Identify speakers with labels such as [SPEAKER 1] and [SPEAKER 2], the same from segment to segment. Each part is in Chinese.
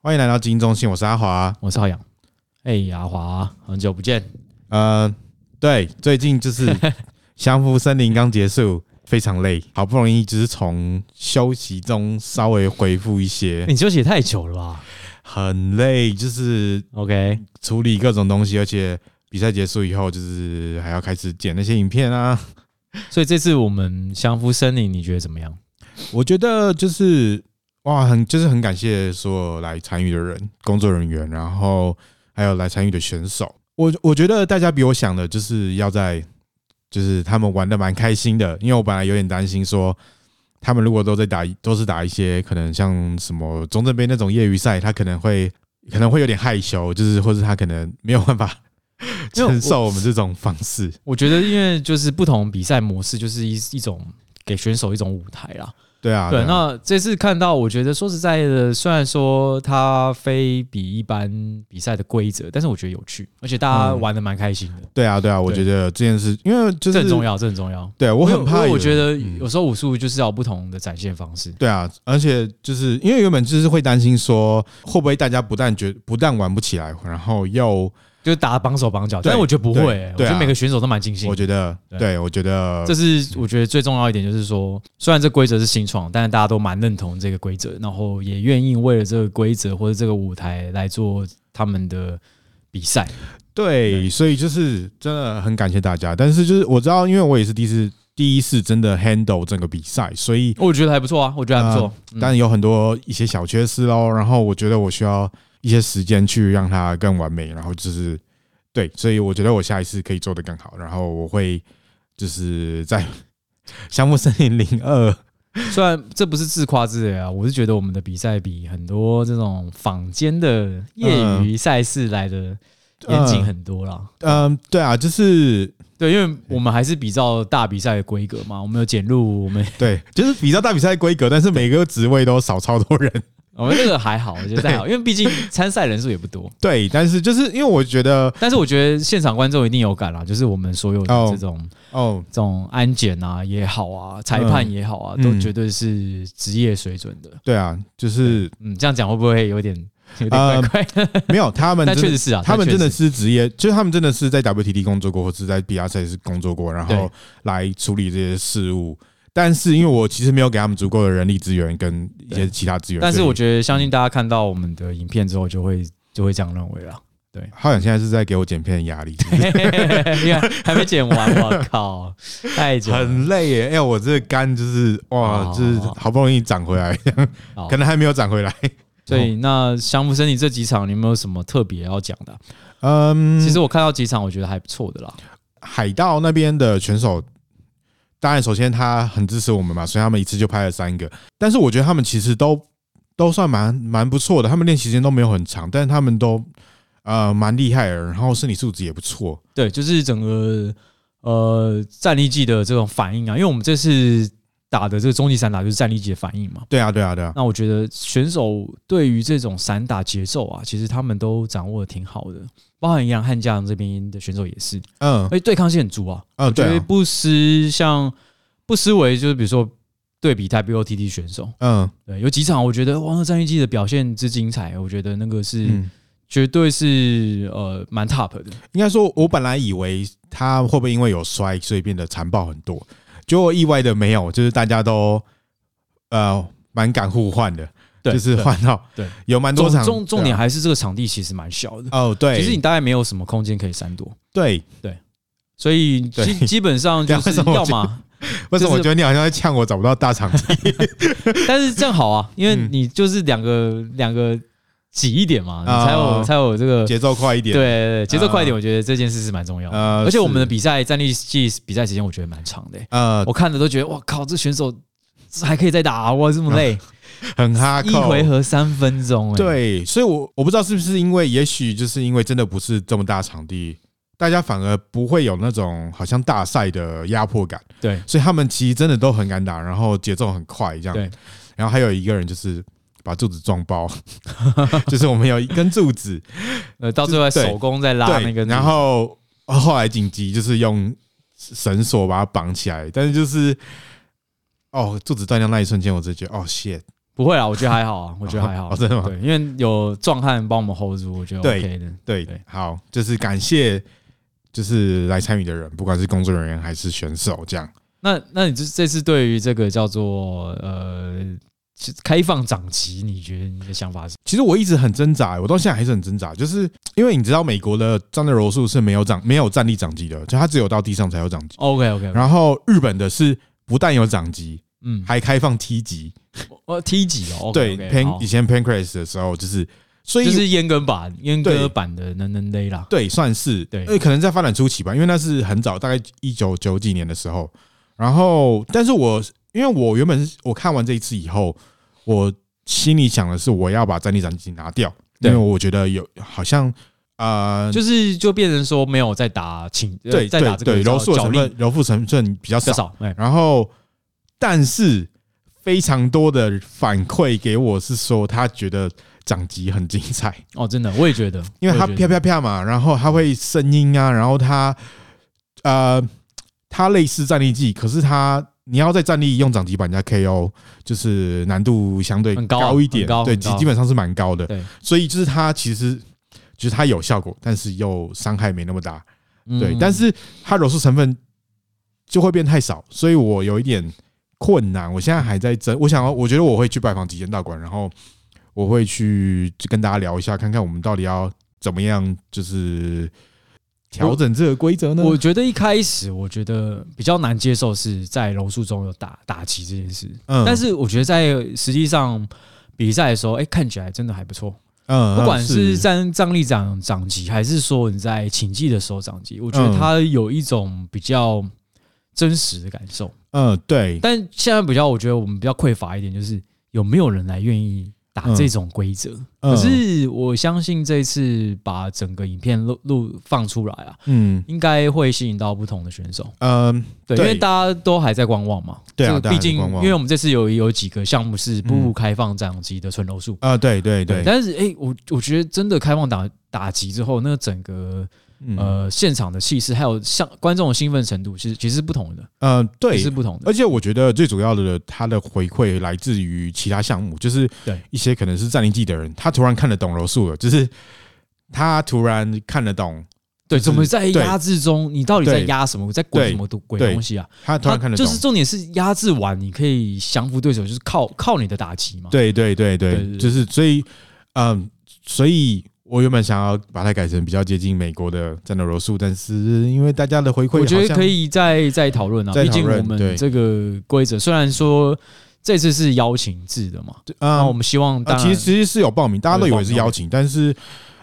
[SPEAKER 1] 欢迎来到基因中心，我是阿华。
[SPEAKER 2] 我是浩洋。哎、阿华，很久不见。
[SPEAKER 1] 呃，对，最近就是降服森林刚结束，非常累，好不容易就是从休息中稍微恢复一些，
[SPEAKER 2] 哎 你休息也太久了吧
[SPEAKER 1] 很累，就是
[SPEAKER 2] ？OK，
[SPEAKER 1] 处理各种东西，而且比赛结束以后，就是还要开始剪那些影片啊。
[SPEAKER 2] 所以这次我们相夫森林，你觉得怎么样？
[SPEAKER 1] 我觉得就是哇，很就是很感谢所有来参与的人、工作人员，然后还有来参与的选手。我我觉得大家比我想的，就是要在就是他们玩的蛮开心的，因为我本来有点担心说，他们如果都在打都是打一些可能像什么中正杯那种业余赛，他可能会可能会有点害羞，就是或者他可能没有办法
[SPEAKER 2] 因为我
[SPEAKER 1] 承受我们这种方式。
[SPEAKER 2] 我觉得，因为就是不同比赛模式，就是一一种给选手一种舞台啦。
[SPEAKER 1] 对啊，
[SPEAKER 2] 对，
[SPEAKER 1] 啊
[SPEAKER 2] 那这次看到，我觉得说实在的，虽然说它非比一般比赛的规则，但是我觉得有趣，而且大家
[SPEAKER 1] 嗯
[SPEAKER 2] 玩的蛮开心的。
[SPEAKER 1] 对啊，对啊，我觉得这件事，因为就是
[SPEAKER 2] 这很重要，这很重要。
[SPEAKER 1] 对我
[SPEAKER 2] 因
[SPEAKER 1] 很
[SPEAKER 2] 为
[SPEAKER 1] 怕
[SPEAKER 2] 因为
[SPEAKER 1] 有
[SPEAKER 2] 我觉得
[SPEAKER 1] 嗯
[SPEAKER 2] 有时候武术就是要有不同的展现方式。
[SPEAKER 1] 对啊，而且就是因为原本就是会担心说，会不会大家不但觉不但玩不起来，然后又
[SPEAKER 2] 就是打得绑手绑脚，
[SPEAKER 1] 对
[SPEAKER 2] 但我觉得不会、
[SPEAKER 1] 对
[SPEAKER 2] 欸我
[SPEAKER 1] 对啊
[SPEAKER 2] 觉得每个选手都蛮尽兴
[SPEAKER 1] 我
[SPEAKER 2] 的。
[SPEAKER 1] 觉得，
[SPEAKER 2] 对
[SPEAKER 1] 对我觉得
[SPEAKER 2] 这是我觉得最重要一点，就是说，虽然这规则是新创，但是大家都蛮认同这个规则，然后也愿意为了这个规则或者这个舞台来做他们的比赛。
[SPEAKER 1] 对，所以就是真的很感谢大家。但是就是我知道，因为我也是第一次第一次真的 handle 整个比赛，所以
[SPEAKER 2] 我觉得还不错啊，我觉得还不错。嗯
[SPEAKER 1] 当然有很多一些小缺失喽。然后我觉得我需要一些时间去让它更完美，然后就是对，所以我觉得我下一次可以做得更好。然后我会就是在 项目森林零二。
[SPEAKER 2] 虽然这不是自夸自擂啊，我是觉得我们的比赛比很多这种坊间的业余赛事来的严谨很多啦。
[SPEAKER 1] 嗯，对啊， 就是
[SPEAKER 2] 对，因为我们还是比照大比赛的规格嘛，我们有减入，我们
[SPEAKER 1] 对，就是比较大比赛规格，但是每个职位都少超多人。
[SPEAKER 2] 我们这个 还好，我觉得还好，因为毕竟参赛人数也不多。
[SPEAKER 1] 对，但是就是因为我觉得，
[SPEAKER 2] 但是我觉得现场观众一定有感啦，就是我们所有的
[SPEAKER 1] 哦
[SPEAKER 2] 这种、
[SPEAKER 1] 哦，
[SPEAKER 2] 这种安检啊也好啊，裁判也好啊，
[SPEAKER 1] 嗯
[SPEAKER 2] 都绝对是职业水准的。
[SPEAKER 1] 对啊， 就是
[SPEAKER 2] 嗯，这样讲会不会有点 有点
[SPEAKER 1] 呃
[SPEAKER 2] 怪怪？
[SPEAKER 1] 没有他们
[SPEAKER 2] 但
[SPEAKER 1] 真
[SPEAKER 2] 确
[SPEAKER 1] 的，
[SPEAKER 2] 实是啊，
[SPEAKER 1] 他们
[SPEAKER 2] 但
[SPEAKER 1] 真
[SPEAKER 2] 确实
[SPEAKER 1] 的
[SPEAKER 2] 是
[SPEAKER 1] 是职业，就是他们真的是在 WTT 工作过，或是在比亚赛是工作过，然后
[SPEAKER 2] 对
[SPEAKER 1] 来处理这些事务。但是因为我其实没有给他们足够的人力资源跟一些
[SPEAKER 2] 对
[SPEAKER 1] 其他资源，
[SPEAKER 2] 但是
[SPEAKER 1] 所以
[SPEAKER 2] 我觉得，相信大家看到我们的影片之后，就会就会这样认 为啦。
[SPEAKER 1] 浩远现在是在给我剪片的压力，
[SPEAKER 2] 嘿嘿嘿嘿因为还没剪完，我靠，太久了。
[SPEAKER 1] 很累耶。哎、我这个肝就是哇，
[SPEAKER 2] 哦
[SPEAKER 1] 就是好不容易长回来，
[SPEAKER 2] 好
[SPEAKER 1] 可能还没有长回来。
[SPEAKER 2] 所以
[SPEAKER 1] 哦
[SPEAKER 2] 那降服身体这几场，你有没有什么特别要讲的啊？
[SPEAKER 1] 嗯，
[SPEAKER 2] 其实我看到几场，我觉得还不错的啦。
[SPEAKER 1] 海盗那边的选手，当然首先他很支持我们嘛，所以他们一次就拍了三个。但是我觉得他们其实都都算蛮蛮不错的，他们练习时间都没有很长，但是他们都呃蛮厉害的，然后身体素质也不错。
[SPEAKER 2] 对，就是整个呃战力技的这种反应啊，因为我们这次打的这个终极散打就是战力技的反应嘛。
[SPEAKER 1] 对啊，对啊，对啊，
[SPEAKER 2] 那我觉得选手对于这种散打节奏啊，其实他们都掌握的挺好的，包含杨汉江这边的选手也是，
[SPEAKER 1] 嗯
[SPEAKER 2] 而且对抗性很足啊，
[SPEAKER 1] 嗯，
[SPEAKER 2] 觉
[SPEAKER 1] 对
[SPEAKER 2] 得
[SPEAKER 1] 啊，
[SPEAKER 2] 不失像不失为就是比如说对比 WOTT 选手，
[SPEAKER 1] 嗯
[SPEAKER 2] 对，有几场我觉得哇，那战力技的表现之精彩，我觉得那个是、
[SPEAKER 1] 嗯，
[SPEAKER 2] 绝对是呃蛮 top 的，
[SPEAKER 1] 应该说，我本来以为他会不会因为有摔，所以变得残暴很多，结果意外的没有，就是大家都呃蛮敢互换的，
[SPEAKER 2] 对，
[SPEAKER 1] 就是
[SPEAKER 2] 对
[SPEAKER 1] 换到
[SPEAKER 2] 对
[SPEAKER 1] 有蛮多
[SPEAKER 2] 重
[SPEAKER 1] 场
[SPEAKER 2] 重重
[SPEAKER 1] 对
[SPEAKER 2] 点
[SPEAKER 1] 啊
[SPEAKER 2] 还是这个场地其实蛮小的，
[SPEAKER 1] 哦，对，
[SPEAKER 2] 其实你大概没有什么空间可以闪躲，
[SPEAKER 1] 对。
[SPEAKER 2] 所以
[SPEAKER 1] 对
[SPEAKER 2] 基基本上就
[SPEAKER 1] 对为
[SPEAKER 2] 是
[SPEAKER 1] 什么
[SPEAKER 2] 要
[SPEAKER 1] 我觉
[SPEAKER 2] 么，
[SPEAKER 1] 为什么我
[SPEAKER 2] 就是
[SPEAKER 1] 觉得你好像在呛我找不到大 场地？
[SPEAKER 2] 但是这样好啊，因为
[SPEAKER 1] 嗯
[SPEAKER 2] 你就是两个两个挤一点嘛，
[SPEAKER 1] 啊
[SPEAKER 2] 你才有才有这个
[SPEAKER 1] 节奏快一点。
[SPEAKER 2] 对，对节奏快一点，
[SPEAKER 1] 啊
[SPEAKER 2] 我觉得这件事是蛮重要的。
[SPEAKER 1] 呃，
[SPEAKER 2] 而且我们的
[SPEAKER 1] 是
[SPEAKER 2] 比赛战力技比赛时间我觉得蛮长的欸，
[SPEAKER 1] 呃
[SPEAKER 2] 我看的都觉得哇靠，这选手这还可以再打啊，哇这么累，
[SPEAKER 1] 很哈
[SPEAKER 2] 一
[SPEAKER 1] 扣。
[SPEAKER 2] 回合三分钟哎，
[SPEAKER 1] 啊对，所以我我不知道是不是因为，也许就是因为真的不是这么大场地，大家反而不会有那种好像大赛的压迫感，
[SPEAKER 2] 对
[SPEAKER 1] 所以他们其实真的都很敢打，然后节奏很快这样。
[SPEAKER 2] 对，
[SPEAKER 1] 然后还有一个人就是把柱子撞爆， 就是我们有一根柱子，
[SPEAKER 2] 呃到最后还
[SPEAKER 1] 对
[SPEAKER 2] 手工在拉
[SPEAKER 1] 对，
[SPEAKER 2] 那个，
[SPEAKER 1] 然后呃后来紧急就是用绳索把它绑起来，但是就是哦，柱子断掉那一瞬间，我就觉得哦 shit，
[SPEAKER 2] 不会啊，我觉得还好 啊，我觉得还好啊，
[SPEAKER 1] 哦真的吗
[SPEAKER 2] 对，因为有壮汉帮我们 hold 住，我觉得
[SPEAKER 1] 对
[SPEAKER 2] OK 的。
[SPEAKER 1] 对，
[SPEAKER 2] 对
[SPEAKER 1] 好，就是感谢就是来参与的人，不管是工作人员还是选手，这样。
[SPEAKER 2] 那那你这这次对于这个叫做呃其开放掌旗，你觉得你的想法是？
[SPEAKER 1] 其实我一直很挣扎，我到现在还是很挣扎，就是因为你知道美国的战斗柔术是没有掌没有站立掌击的，就它只有到地上才有掌击。
[SPEAKER 2] OK OK，
[SPEAKER 1] 然后日本的是不但有掌击，
[SPEAKER 2] 嗯，
[SPEAKER 1] 还开放踢击。
[SPEAKER 2] 呃 T 几哦，
[SPEAKER 1] 对
[SPEAKER 2] OK，OK，好
[SPEAKER 1] ，Pan 以前 Pancrase 的时候，就是所以
[SPEAKER 2] 就是阉割版阉割
[SPEAKER 1] 对
[SPEAKER 2] 版的能能勒啦，
[SPEAKER 1] 对，算是
[SPEAKER 2] 对
[SPEAKER 1] 因为可能在发展初期吧，因为那是很早，大概一九九几年的时候。然后，但是我因为我原本是我看完这一次以后，我心里想的是我要把战力斩击拿掉，因
[SPEAKER 2] 对
[SPEAKER 1] 为我觉得有好像呃，
[SPEAKER 2] 就是就变成说没有在打请呃
[SPEAKER 1] 对
[SPEAKER 2] 在打
[SPEAKER 1] 对
[SPEAKER 2] 这个
[SPEAKER 1] 对，柔
[SPEAKER 2] 叫
[SPEAKER 1] 术的
[SPEAKER 2] 脚
[SPEAKER 1] 成
[SPEAKER 2] 力
[SPEAKER 1] 分柔术成分比较
[SPEAKER 2] 比
[SPEAKER 1] 少，
[SPEAKER 2] 较少，哎，
[SPEAKER 1] 然后但是非常多的反馈给我是说他觉得掌击很精彩。
[SPEAKER 2] 哦，真的，我也觉得，
[SPEAKER 1] 因为它
[SPEAKER 2] 我也
[SPEAKER 1] 啪
[SPEAKER 2] 觉得
[SPEAKER 1] 啪啪嘛，然后它会声音啊，然后它呃，它类似战力技，可是它你要在战力用掌击把人家 KO，就是难度相对
[SPEAKER 2] 很高啊
[SPEAKER 1] 高一点，
[SPEAKER 2] 很高
[SPEAKER 1] 对，
[SPEAKER 2] 很
[SPEAKER 1] 基
[SPEAKER 2] 高
[SPEAKER 1] 基本上是蛮高的。
[SPEAKER 2] 对，
[SPEAKER 1] 所以就是它其实就是它有效果，但是又伤害没那么大，对。
[SPEAKER 2] 嗯
[SPEAKER 1] 但是它柔术成分就会变太少，所以我有一点困难。我现在还在争，我想要，我觉得我会去拜访极限道馆，然后我会去跟大家聊一下，看看我们到底要怎么样，就是调整这个规则呢？
[SPEAKER 2] 我觉得一开始我觉得比较难接受是在柔术中有打打击这件事，
[SPEAKER 1] 嗯
[SPEAKER 2] 但是我觉得在实际上比赛的时候，哎、看起来真的还不错。
[SPEAKER 1] 嗯
[SPEAKER 2] 不管是站张力掌掌击，还是说你在请技的时候掌击，我觉得
[SPEAKER 1] 嗯
[SPEAKER 2] 它有一种比较真实的感受。
[SPEAKER 1] 嗯对
[SPEAKER 2] 但现在比较，我觉得我们比较匮乏一点，就是有没有人来愿意打这种规则？
[SPEAKER 1] 嗯
[SPEAKER 2] 可是我相信这次把整个影片录录放出来啊，
[SPEAKER 1] 嗯
[SPEAKER 2] 应该会吸引到不同的选手。
[SPEAKER 1] 嗯
[SPEAKER 2] 对，
[SPEAKER 1] 对
[SPEAKER 2] 因为大家都还在观望嘛。
[SPEAKER 1] 对啊
[SPEAKER 2] 这个
[SPEAKER 1] 大家还
[SPEAKER 2] 毕
[SPEAKER 1] 在
[SPEAKER 2] 竟
[SPEAKER 1] 观望
[SPEAKER 2] 因为我们这次有有几个项目是不开放掌击的纯柔术，
[SPEAKER 1] 啊对对对，
[SPEAKER 2] 但是哎、诶我我觉得真的开放打打击之后，那整个
[SPEAKER 1] 嗯
[SPEAKER 2] 呃现场的气势还有像观众的兴奋程度，其实其实是不同的，
[SPEAKER 1] 嗯对
[SPEAKER 2] 其实是不同的
[SPEAKER 1] 而。且我觉得最主要的，他的回馈来自于其他项目，就是
[SPEAKER 2] 对
[SPEAKER 1] 一些可能是战力技的人，他突然看得懂柔术了，就是他突然看得懂，
[SPEAKER 2] 对，
[SPEAKER 1] 就是
[SPEAKER 2] 怎么在
[SPEAKER 1] 对
[SPEAKER 2] 压制中，你到底在
[SPEAKER 1] 对
[SPEAKER 2] 压什么，在滚
[SPEAKER 1] 对
[SPEAKER 2] 什么东鬼
[SPEAKER 1] 对
[SPEAKER 2] 东西啊？
[SPEAKER 1] 他突然看得懂，
[SPEAKER 2] 就是重点是压制完，你可以降服对手，就是靠靠你的打击嘛。
[SPEAKER 1] 对对对
[SPEAKER 2] 对
[SPEAKER 1] 对，
[SPEAKER 2] 对
[SPEAKER 1] 就是所以，嗯，所以我原本想要把它改成比较接近美国的战斗柔术，但是因为大家的回馈，
[SPEAKER 2] 我觉得可，以再再讨论啊，
[SPEAKER 1] 再
[SPEAKER 2] 毕
[SPEAKER 1] 讨
[SPEAKER 2] 竟
[SPEAKER 1] 论
[SPEAKER 2] 我们
[SPEAKER 1] 对
[SPEAKER 2] 这个规则虽然说这次是邀请制的嘛，那我
[SPEAKER 1] 嗯，
[SPEAKER 2] 们希望
[SPEAKER 1] 啊
[SPEAKER 2] 当然
[SPEAKER 1] 其实其实是有报名，大家都以为是邀请，但是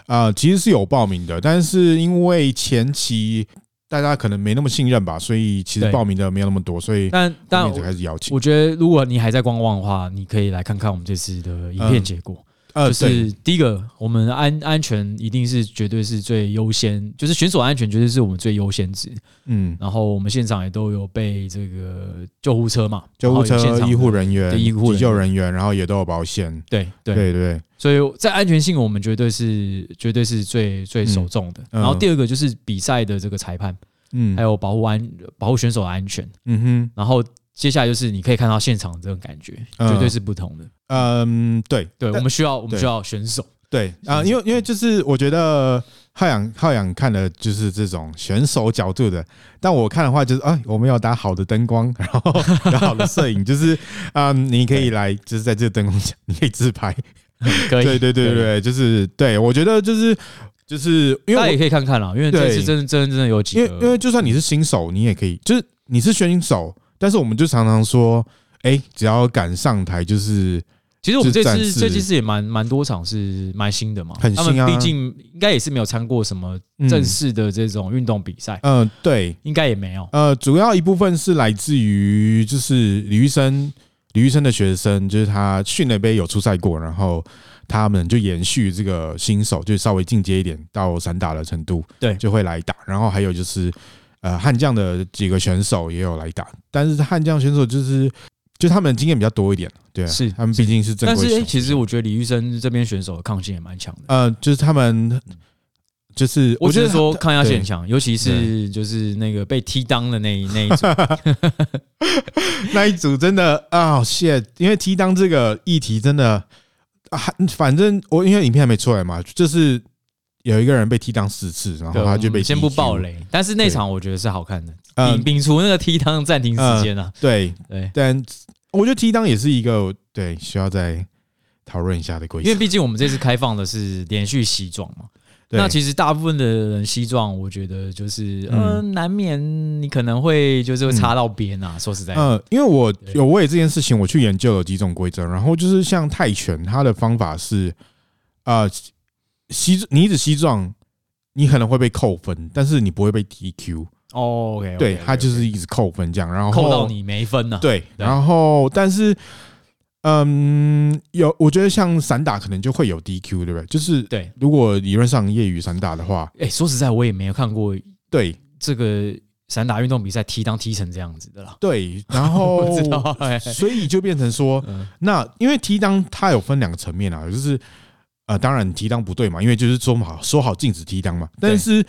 [SPEAKER 1] 啊，其实是有报名的，但是因为前期大家可能没那么信任吧，所以其实
[SPEAKER 2] 对
[SPEAKER 1] 报名的没有那么多，所以
[SPEAKER 2] 但但
[SPEAKER 1] 后面才开始邀请。
[SPEAKER 2] 我觉得如果你还在观望的话，你可以来看看我们这次的影片结果。
[SPEAKER 1] 呃，
[SPEAKER 2] 就
[SPEAKER 1] 对
[SPEAKER 2] 是第一个，我们安安全一定是绝对是最优先，就是选手安全绝对是我们最优先值。
[SPEAKER 1] 嗯，
[SPEAKER 2] 然后我们现场也都有备这个救护车嘛，
[SPEAKER 1] 救护
[SPEAKER 2] 然后有现
[SPEAKER 1] 车、
[SPEAKER 2] 场的
[SPEAKER 1] 医护人员、
[SPEAKER 2] 对医护人员
[SPEAKER 1] 急救人员，然后也都有保险。
[SPEAKER 2] 对对
[SPEAKER 1] 对对，
[SPEAKER 2] 所以在安全性，我们绝对是绝对是最最首重的。
[SPEAKER 1] 嗯
[SPEAKER 2] 然后第二个就是比赛的这个裁判，
[SPEAKER 1] 嗯，
[SPEAKER 2] 还有保护安保护选手的安全。
[SPEAKER 1] 嗯哼。
[SPEAKER 2] 然后接下来就是你可以看到现场的这种感觉，
[SPEAKER 1] 嗯
[SPEAKER 2] 绝对是不同的。
[SPEAKER 1] 嗯，对
[SPEAKER 2] 对，我
[SPEAKER 1] 但
[SPEAKER 2] 们需要我们
[SPEAKER 1] 对
[SPEAKER 2] 需要选手。
[SPEAKER 1] 对啊、因为因为就是我觉得浩洋浩洋看的就是这种选手角度的，但我看的话就是啊，我们要打好的灯光， 然后有好的摄影，就是啊、嗯你可以来就是在这个灯光下，你可以自拍，
[SPEAKER 2] 可以，
[SPEAKER 1] 对对对
[SPEAKER 2] 可以，
[SPEAKER 1] 对，就是对我觉得就是就是因
[SPEAKER 2] 大家
[SPEAKER 1] 为
[SPEAKER 2] 也
[SPEAKER 1] 我
[SPEAKER 2] 可以看看啦，因为这
[SPEAKER 1] 对
[SPEAKER 2] 次真的真的真的有几
[SPEAKER 1] 因
[SPEAKER 2] 个，
[SPEAKER 1] 为因为就算你是新手，你也可以，就是你是选手，但是我们就常常说，哎、只要敢上台就是
[SPEAKER 2] 其实我们
[SPEAKER 1] 是
[SPEAKER 2] 这次
[SPEAKER 1] 战士
[SPEAKER 2] 这次也蛮蛮多场是蛮新的嘛，
[SPEAKER 1] 很新啊
[SPEAKER 2] 他们毕竟应该也是没有参过什么
[SPEAKER 1] 嗯
[SPEAKER 2] 正式的这种运动比赛，
[SPEAKER 1] 嗯、对，
[SPEAKER 2] 应该也没有。
[SPEAKER 1] 呃，主要一部分是来自于就是李玉生，李玉生的学生，就是他训练杯有出赛过，然后他们就延续这个新手，就稍微进阶一点到散打的程度，
[SPEAKER 2] 对
[SPEAKER 1] 就会来打。然后还有就是呃悍将的几个选手也有来打，但是悍将选手就是就他们的经验比较多一点，对啊、
[SPEAKER 2] 是
[SPEAKER 1] 他们毕竟是正
[SPEAKER 2] 但
[SPEAKER 1] 规
[SPEAKER 2] 是、
[SPEAKER 1] 选
[SPEAKER 2] 欸、
[SPEAKER 1] 手，呃
[SPEAKER 2] 其实我觉得李玉生这边选手的抗性也蛮强的，
[SPEAKER 1] 呃，就是他们就是
[SPEAKER 2] 我
[SPEAKER 1] 觉
[SPEAKER 2] 只
[SPEAKER 1] 得
[SPEAKER 2] 是说
[SPEAKER 1] 他
[SPEAKER 2] 抗压性
[SPEAKER 1] 对
[SPEAKER 2] 很强，尤其是就是那个被踢裆的 那一那一组，
[SPEAKER 1] 那一组真的啊、谢，shit！因为踢裆这个议题真的啊，反正我因为影片还没出来嘛，就是有一个人被踢裆四次，然后
[SPEAKER 2] 对
[SPEAKER 1] 他就
[SPEAKER 2] 我
[SPEAKER 1] 被
[SPEAKER 2] 们先不
[SPEAKER 1] DQ
[SPEAKER 2] 爆。雷，但是那
[SPEAKER 1] 对
[SPEAKER 2] 场我觉得是好看的，
[SPEAKER 1] 嗯
[SPEAKER 2] 摒摒除那个踢裆暂停时间啊，
[SPEAKER 1] 对，
[SPEAKER 2] 对，
[SPEAKER 1] 但我觉得踢裆也是一个对需要再讨论一下的规
[SPEAKER 2] 因为
[SPEAKER 1] 则。
[SPEAKER 2] 毕竟我们这次开放的是连续西装嘛，
[SPEAKER 1] 对
[SPEAKER 2] 那其实大部分的人西装，我觉得就是
[SPEAKER 1] 嗯
[SPEAKER 2] 嗯、呃难免你可能会就是会插到边啊，说实在的，
[SPEAKER 1] 嗯，因为我
[SPEAKER 2] 对
[SPEAKER 1] 有为这件事情，我去研究了几种规则，然后就是像泰拳，它的方法是，啊，西你一直西撞，你可能会被扣分，但是你不会被 DQ，
[SPEAKER 2] 哦，OK，
[SPEAKER 1] 对，它就是一直扣分这样，然后
[SPEAKER 2] 扣到你没分呐、啊，
[SPEAKER 1] 对，
[SPEAKER 2] 对
[SPEAKER 1] 然后但是，嗯，有我觉得像散打可能就会有 DQ，对不对？就是
[SPEAKER 2] 对，
[SPEAKER 1] 如果理论上业余散打的话，
[SPEAKER 2] 哎、说实在我也没有看过
[SPEAKER 1] 对
[SPEAKER 2] 这个散打运动比赛踢裆踢成这样子的啦，
[SPEAKER 1] 对，然后
[SPEAKER 2] 我不知道 哎、
[SPEAKER 1] 所以就变成说，
[SPEAKER 2] 嗯
[SPEAKER 1] 那因为踢裆它有分两个层面啊，就是呃，当然踢裆不对嘛，因为就是说好说好禁止踢裆嘛，但是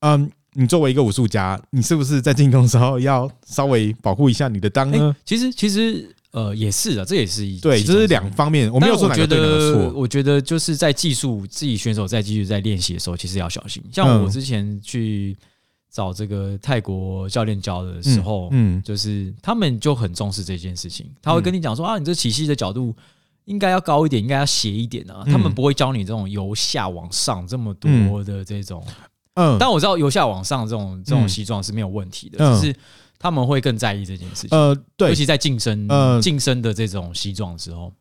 [SPEAKER 1] 嗯。你作为一个武术家，你是不是在进攻的时候要稍微保护一下你的裆
[SPEAKER 2] 哎、
[SPEAKER 1] 呢？
[SPEAKER 2] 其实其实呃也是啊，这也是一
[SPEAKER 1] 嗯对，
[SPEAKER 2] 其
[SPEAKER 1] 这
[SPEAKER 2] 中
[SPEAKER 1] 是
[SPEAKER 2] 之一
[SPEAKER 1] 两方面，我没
[SPEAKER 2] 但
[SPEAKER 1] 有说哪个对哪个
[SPEAKER 2] 我觉得
[SPEAKER 1] 错。
[SPEAKER 2] 我觉得就是在技术自己选手在技术在练习的时候，其实要小心。像
[SPEAKER 1] 嗯
[SPEAKER 2] 我之前去找这个泰国教练教的时候，
[SPEAKER 1] 嗯，
[SPEAKER 2] 就是他们就很重视这件事情，他会跟你讲说、啊，你这起膝的角度应该要高一点，应该要斜一点啊。
[SPEAKER 1] 嗯
[SPEAKER 2] 他们不会教你这种由下往上这么多的这种。
[SPEAKER 1] 嗯，
[SPEAKER 2] 但我知道由下往上这种这种
[SPEAKER 1] 嗯
[SPEAKER 2] 西装是没有问题的，
[SPEAKER 1] 嗯
[SPEAKER 2] 只是他们会更在意这件事情。
[SPEAKER 1] 呃，对
[SPEAKER 2] 尤，其在晋升、
[SPEAKER 1] 呃
[SPEAKER 2] 晋升的这种西装的时候，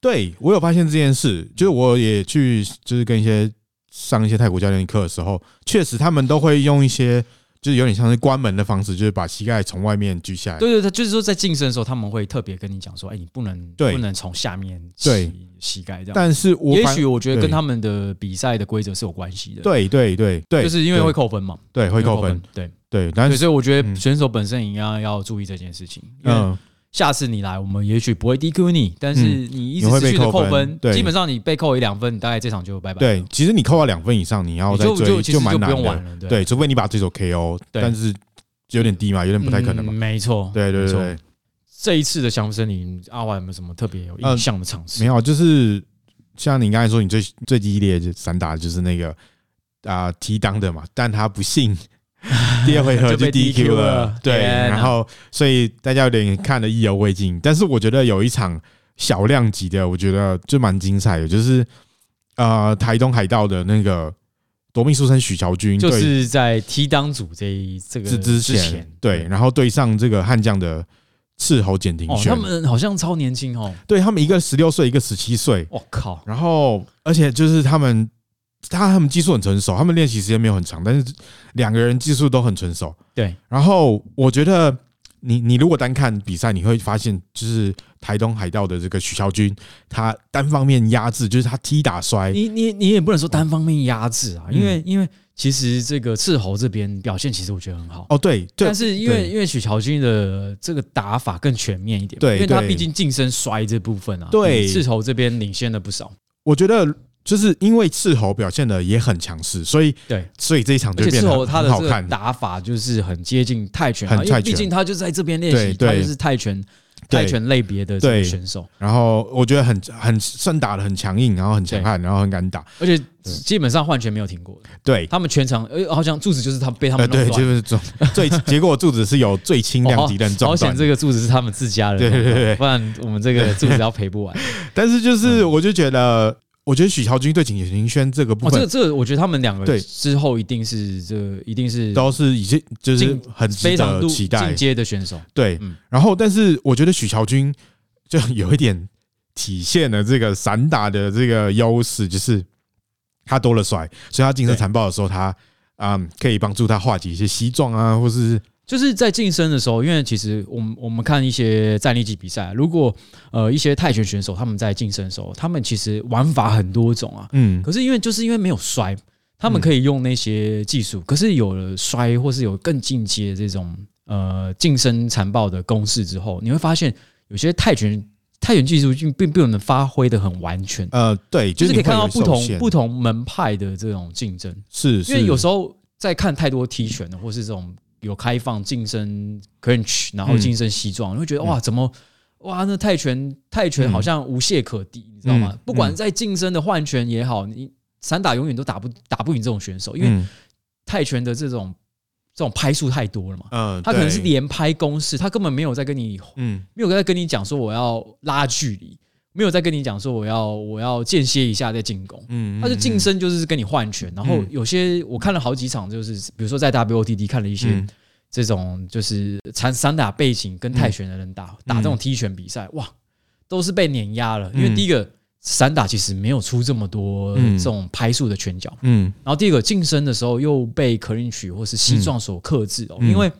[SPEAKER 1] 对我有发现这件事，就是我也去，就是跟一些上一些泰国教练课的时候，确实他们都会用一些，就是有点像是关门的方式，就是把膝盖从外面举起来。
[SPEAKER 2] 对对，他就是说在晋升的时候，他们会特别跟你讲说，哎、你不能
[SPEAKER 1] 对
[SPEAKER 2] 不能从下面
[SPEAKER 1] 对
[SPEAKER 2] 起膝盖这样。
[SPEAKER 1] 但是我
[SPEAKER 2] 也
[SPEAKER 1] 反
[SPEAKER 2] 许我觉得跟
[SPEAKER 1] 对
[SPEAKER 2] 他们的比赛的规则是有关系的，，
[SPEAKER 1] 对对对对，
[SPEAKER 2] 就是因为会
[SPEAKER 1] 对
[SPEAKER 2] 扣分嘛，
[SPEAKER 1] 对会
[SPEAKER 2] 因为
[SPEAKER 1] 扣分，，
[SPEAKER 2] 对
[SPEAKER 1] 对，但
[SPEAKER 2] 对，
[SPEAKER 1] 是
[SPEAKER 2] 所以我觉得
[SPEAKER 1] 嗯
[SPEAKER 2] 选手本身也要要注意这件事情。嗯，
[SPEAKER 1] 嗯
[SPEAKER 2] 下次你来，我们也许不会 DQ 你，但是
[SPEAKER 1] 嗯
[SPEAKER 2] 你一
[SPEAKER 1] 你
[SPEAKER 2] 直
[SPEAKER 1] 会
[SPEAKER 2] 持
[SPEAKER 1] 被
[SPEAKER 2] 续的
[SPEAKER 1] 扣
[SPEAKER 2] 扣
[SPEAKER 1] 分
[SPEAKER 2] 分，
[SPEAKER 1] 对
[SPEAKER 2] 基本上你被扣一两分，你大概这场就拜拜了，
[SPEAKER 1] 对，其实你扣到两分以上，你要
[SPEAKER 2] 你
[SPEAKER 1] 再
[SPEAKER 2] 就
[SPEAKER 1] 追
[SPEAKER 2] 就其实
[SPEAKER 1] 蛮
[SPEAKER 2] 就不
[SPEAKER 1] 难
[SPEAKER 2] 用玩
[SPEAKER 1] 的，
[SPEAKER 2] 了，
[SPEAKER 1] 对，，除非你把对手 KO，
[SPEAKER 2] 对
[SPEAKER 1] 但是有点低嘛，有点不太可能嘛
[SPEAKER 2] 嗯，没错，
[SPEAKER 1] 对对
[SPEAKER 2] 没
[SPEAKER 1] 对
[SPEAKER 2] 错
[SPEAKER 1] 对。
[SPEAKER 2] 这一次的降生林，阿华有没有什么特别有印
[SPEAKER 1] 嗯
[SPEAKER 2] 象的场次？
[SPEAKER 1] 没有，就是像你刚才说，你最最激烈的散打就是那个啊、踢裆的嘛，但他不 幸第二回合
[SPEAKER 2] 就被
[SPEAKER 1] DQ
[SPEAKER 2] 了
[SPEAKER 1] 对，
[SPEAKER 2] 天啊哪
[SPEAKER 1] 然后所以大家有点看得意犹未尽。但是我觉得有一场小量级的，我觉得就蛮精彩的，就是呃台东海盗的那个夺命书生许乔军，
[SPEAKER 2] 就
[SPEAKER 1] 对
[SPEAKER 2] 是在踢裆组这一这个
[SPEAKER 1] 之之前
[SPEAKER 2] 前，
[SPEAKER 1] 对，然后对上这个悍将的斥候简廷
[SPEAKER 2] 哦，
[SPEAKER 1] 轩，
[SPEAKER 2] 他们好像超年轻哦，
[SPEAKER 1] 对他们一个十六岁，一个十七岁，
[SPEAKER 2] 我靠，
[SPEAKER 1] 然后，而且就是他们，他他们技术很成熟，他们练习时间没有很长，但是两个人技术都很成熟。
[SPEAKER 2] 对，
[SPEAKER 1] 然后我觉得你你如果单看比赛，你会发现就是台东海盗的这个许孝军，他单方面压制，就是他踢打摔，
[SPEAKER 2] 你你你也不能说单方面压制啊，
[SPEAKER 1] 嗯
[SPEAKER 2] 因为因为其实这个斥候这边表现其实我觉得很好，
[SPEAKER 1] 哦对，对
[SPEAKER 2] 但是因为
[SPEAKER 1] 对
[SPEAKER 2] 因为许乔军的这个打法更全面一点嘛，
[SPEAKER 1] 对
[SPEAKER 2] 因为他
[SPEAKER 1] 对
[SPEAKER 2] 毕竟近身摔这部分啊，
[SPEAKER 1] 对
[SPEAKER 2] 比斥候这边领先了不少，
[SPEAKER 1] 我觉得就是因为斥候表现的也很强势，所以
[SPEAKER 2] 对。
[SPEAKER 1] 所以这一场就
[SPEAKER 2] 而且
[SPEAKER 1] 变
[SPEAKER 2] 斥
[SPEAKER 1] 得
[SPEAKER 2] 候他
[SPEAKER 1] 很
[SPEAKER 2] 的
[SPEAKER 1] 好
[SPEAKER 2] 这个
[SPEAKER 1] 看，
[SPEAKER 2] 打法就是很接近泰拳嘛，
[SPEAKER 1] 很
[SPEAKER 2] 因为
[SPEAKER 1] 泰
[SPEAKER 2] 毕
[SPEAKER 1] 拳
[SPEAKER 2] 竟他就在这边练习，
[SPEAKER 1] 对
[SPEAKER 2] 他
[SPEAKER 1] 对
[SPEAKER 2] 就是泰拳
[SPEAKER 1] 对
[SPEAKER 2] 泰拳类别的这个
[SPEAKER 1] 对
[SPEAKER 2] 选手，
[SPEAKER 1] 然后我觉得很很算打的很强硬，然后很强悍，然后很敢打，
[SPEAKER 2] 而且基本上换拳没有停过的。
[SPEAKER 1] 对，
[SPEAKER 2] 他们全场，呃，好像柱子就是他被他
[SPEAKER 1] 呃，
[SPEAKER 2] 们
[SPEAKER 1] 对，
[SPEAKER 2] 弄断，
[SPEAKER 1] 就是撞 最结果柱子是有最轻量级的人
[SPEAKER 2] 哦好
[SPEAKER 1] 撞
[SPEAKER 2] 险
[SPEAKER 1] 断，
[SPEAKER 2] 这个柱子是他们自家人，
[SPEAKER 1] 对对对对
[SPEAKER 2] 不然我们这个柱子要赔不完。
[SPEAKER 1] 但是就是
[SPEAKER 2] 嗯
[SPEAKER 1] 我就觉得，我觉得许乔军对景行轩这个部
[SPEAKER 2] 哦，这个
[SPEAKER 1] 分啊
[SPEAKER 2] 这个，我觉得他们两个
[SPEAKER 1] 对
[SPEAKER 2] 之后一定是这个一定是
[SPEAKER 1] 都是已经就是
[SPEAKER 2] 进
[SPEAKER 1] 很
[SPEAKER 2] 非
[SPEAKER 1] 值
[SPEAKER 2] 常
[SPEAKER 1] 得
[SPEAKER 2] 入
[SPEAKER 1] 期待
[SPEAKER 2] 进，阶的选手，
[SPEAKER 1] 对
[SPEAKER 2] 嗯。
[SPEAKER 1] 然后，但是我觉得许乔军就有一点体现了这个散打的这个优势，就是他多了甩，所以他精神
[SPEAKER 2] 对
[SPEAKER 1] 残暴的时候，他嗯可以帮助他化解一些西撞啊，或是
[SPEAKER 2] 就是在晋升的时候，因为其实我们我们看一些战力级比赛，如果呃一些泰拳选手他们在晋升的时候，他们其实玩法很多种啊，
[SPEAKER 1] 嗯
[SPEAKER 2] 可是因为就是因为没有摔，他们可以用那些技术，可是有了摔或是有更进阶这种呃近身残暴的攻势之后，你会发现有些泰拳太远距离足球并并不能发挥的很完全，
[SPEAKER 1] 呃，对，
[SPEAKER 2] 就是
[SPEAKER 1] 是
[SPEAKER 2] 可以
[SPEAKER 1] 你会
[SPEAKER 2] 看到
[SPEAKER 1] 有
[SPEAKER 2] 不
[SPEAKER 1] 受
[SPEAKER 2] 同
[SPEAKER 1] 限
[SPEAKER 2] 不同门派的这种竞争，
[SPEAKER 1] 是，
[SPEAKER 2] 因
[SPEAKER 1] 是
[SPEAKER 2] 为有时候在看太多踢拳的，或是这种有开放晋升 clinch，然后
[SPEAKER 1] 嗯
[SPEAKER 2] 晋升西装，你会觉得
[SPEAKER 1] 嗯
[SPEAKER 2] 哇，怎么哇，那泰拳泰拳
[SPEAKER 1] 嗯
[SPEAKER 2] 好像无懈可击，你知道吗
[SPEAKER 1] 嗯？
[SPEAKER 2] 不管在晋升的换拳也好，你散打永远都打不打不赢这种选手，因为
[SPEAKER 1] 嗯
[SPEAKER 2] 泰拳的这种这种拍数太多了嘛。
[SPEAKER 1] 呃，
[SPEAKER 2] 他可能是
[SPEAKER 1] 对
[SPEAKER 2] 连拍攻势，他根本没有在跟你
[SPEAKER 1] 嗯
[SPEAKER 2] 没有在跟你讲说我要拉距离，没有在跟你讲说我要我要间歇一下再进攻，
[SPEAKER 1] 嗯，
[SPEAKER 2] 他就
[SPEAKER 1] 嗯
[SPEAKER 2] 晋升就是跟你换拳，然后
[SPEAKER 1] 嗯
[SPEAKER 2] 有些我看了好几场，就是比如说在 WOTD 看了一些
[SPEAKER 1] 嗯
[SPEAKER 2] 这种就是散散打背景跟泰拳的人
[SPEAKER 1] 嗯
[SPEAKER 2] 打打这种踢拳比赛，哇，都是被碾压了，因为
[SPEAKER 1] 嗯
[SPEAKER 2] 第一个散打其实没有出这么多
[SPEAKER 1] 嗯
[SPEAKER 2] 这种拍数的拳脚，
[SPEAKER 1] 嗯
[SPEAKER 2] 然后第二个晋升的时候又被 clinch 或是西撞所克制哦，
[SPEAKER 1] 嗯
[SPEAKER 2] 因为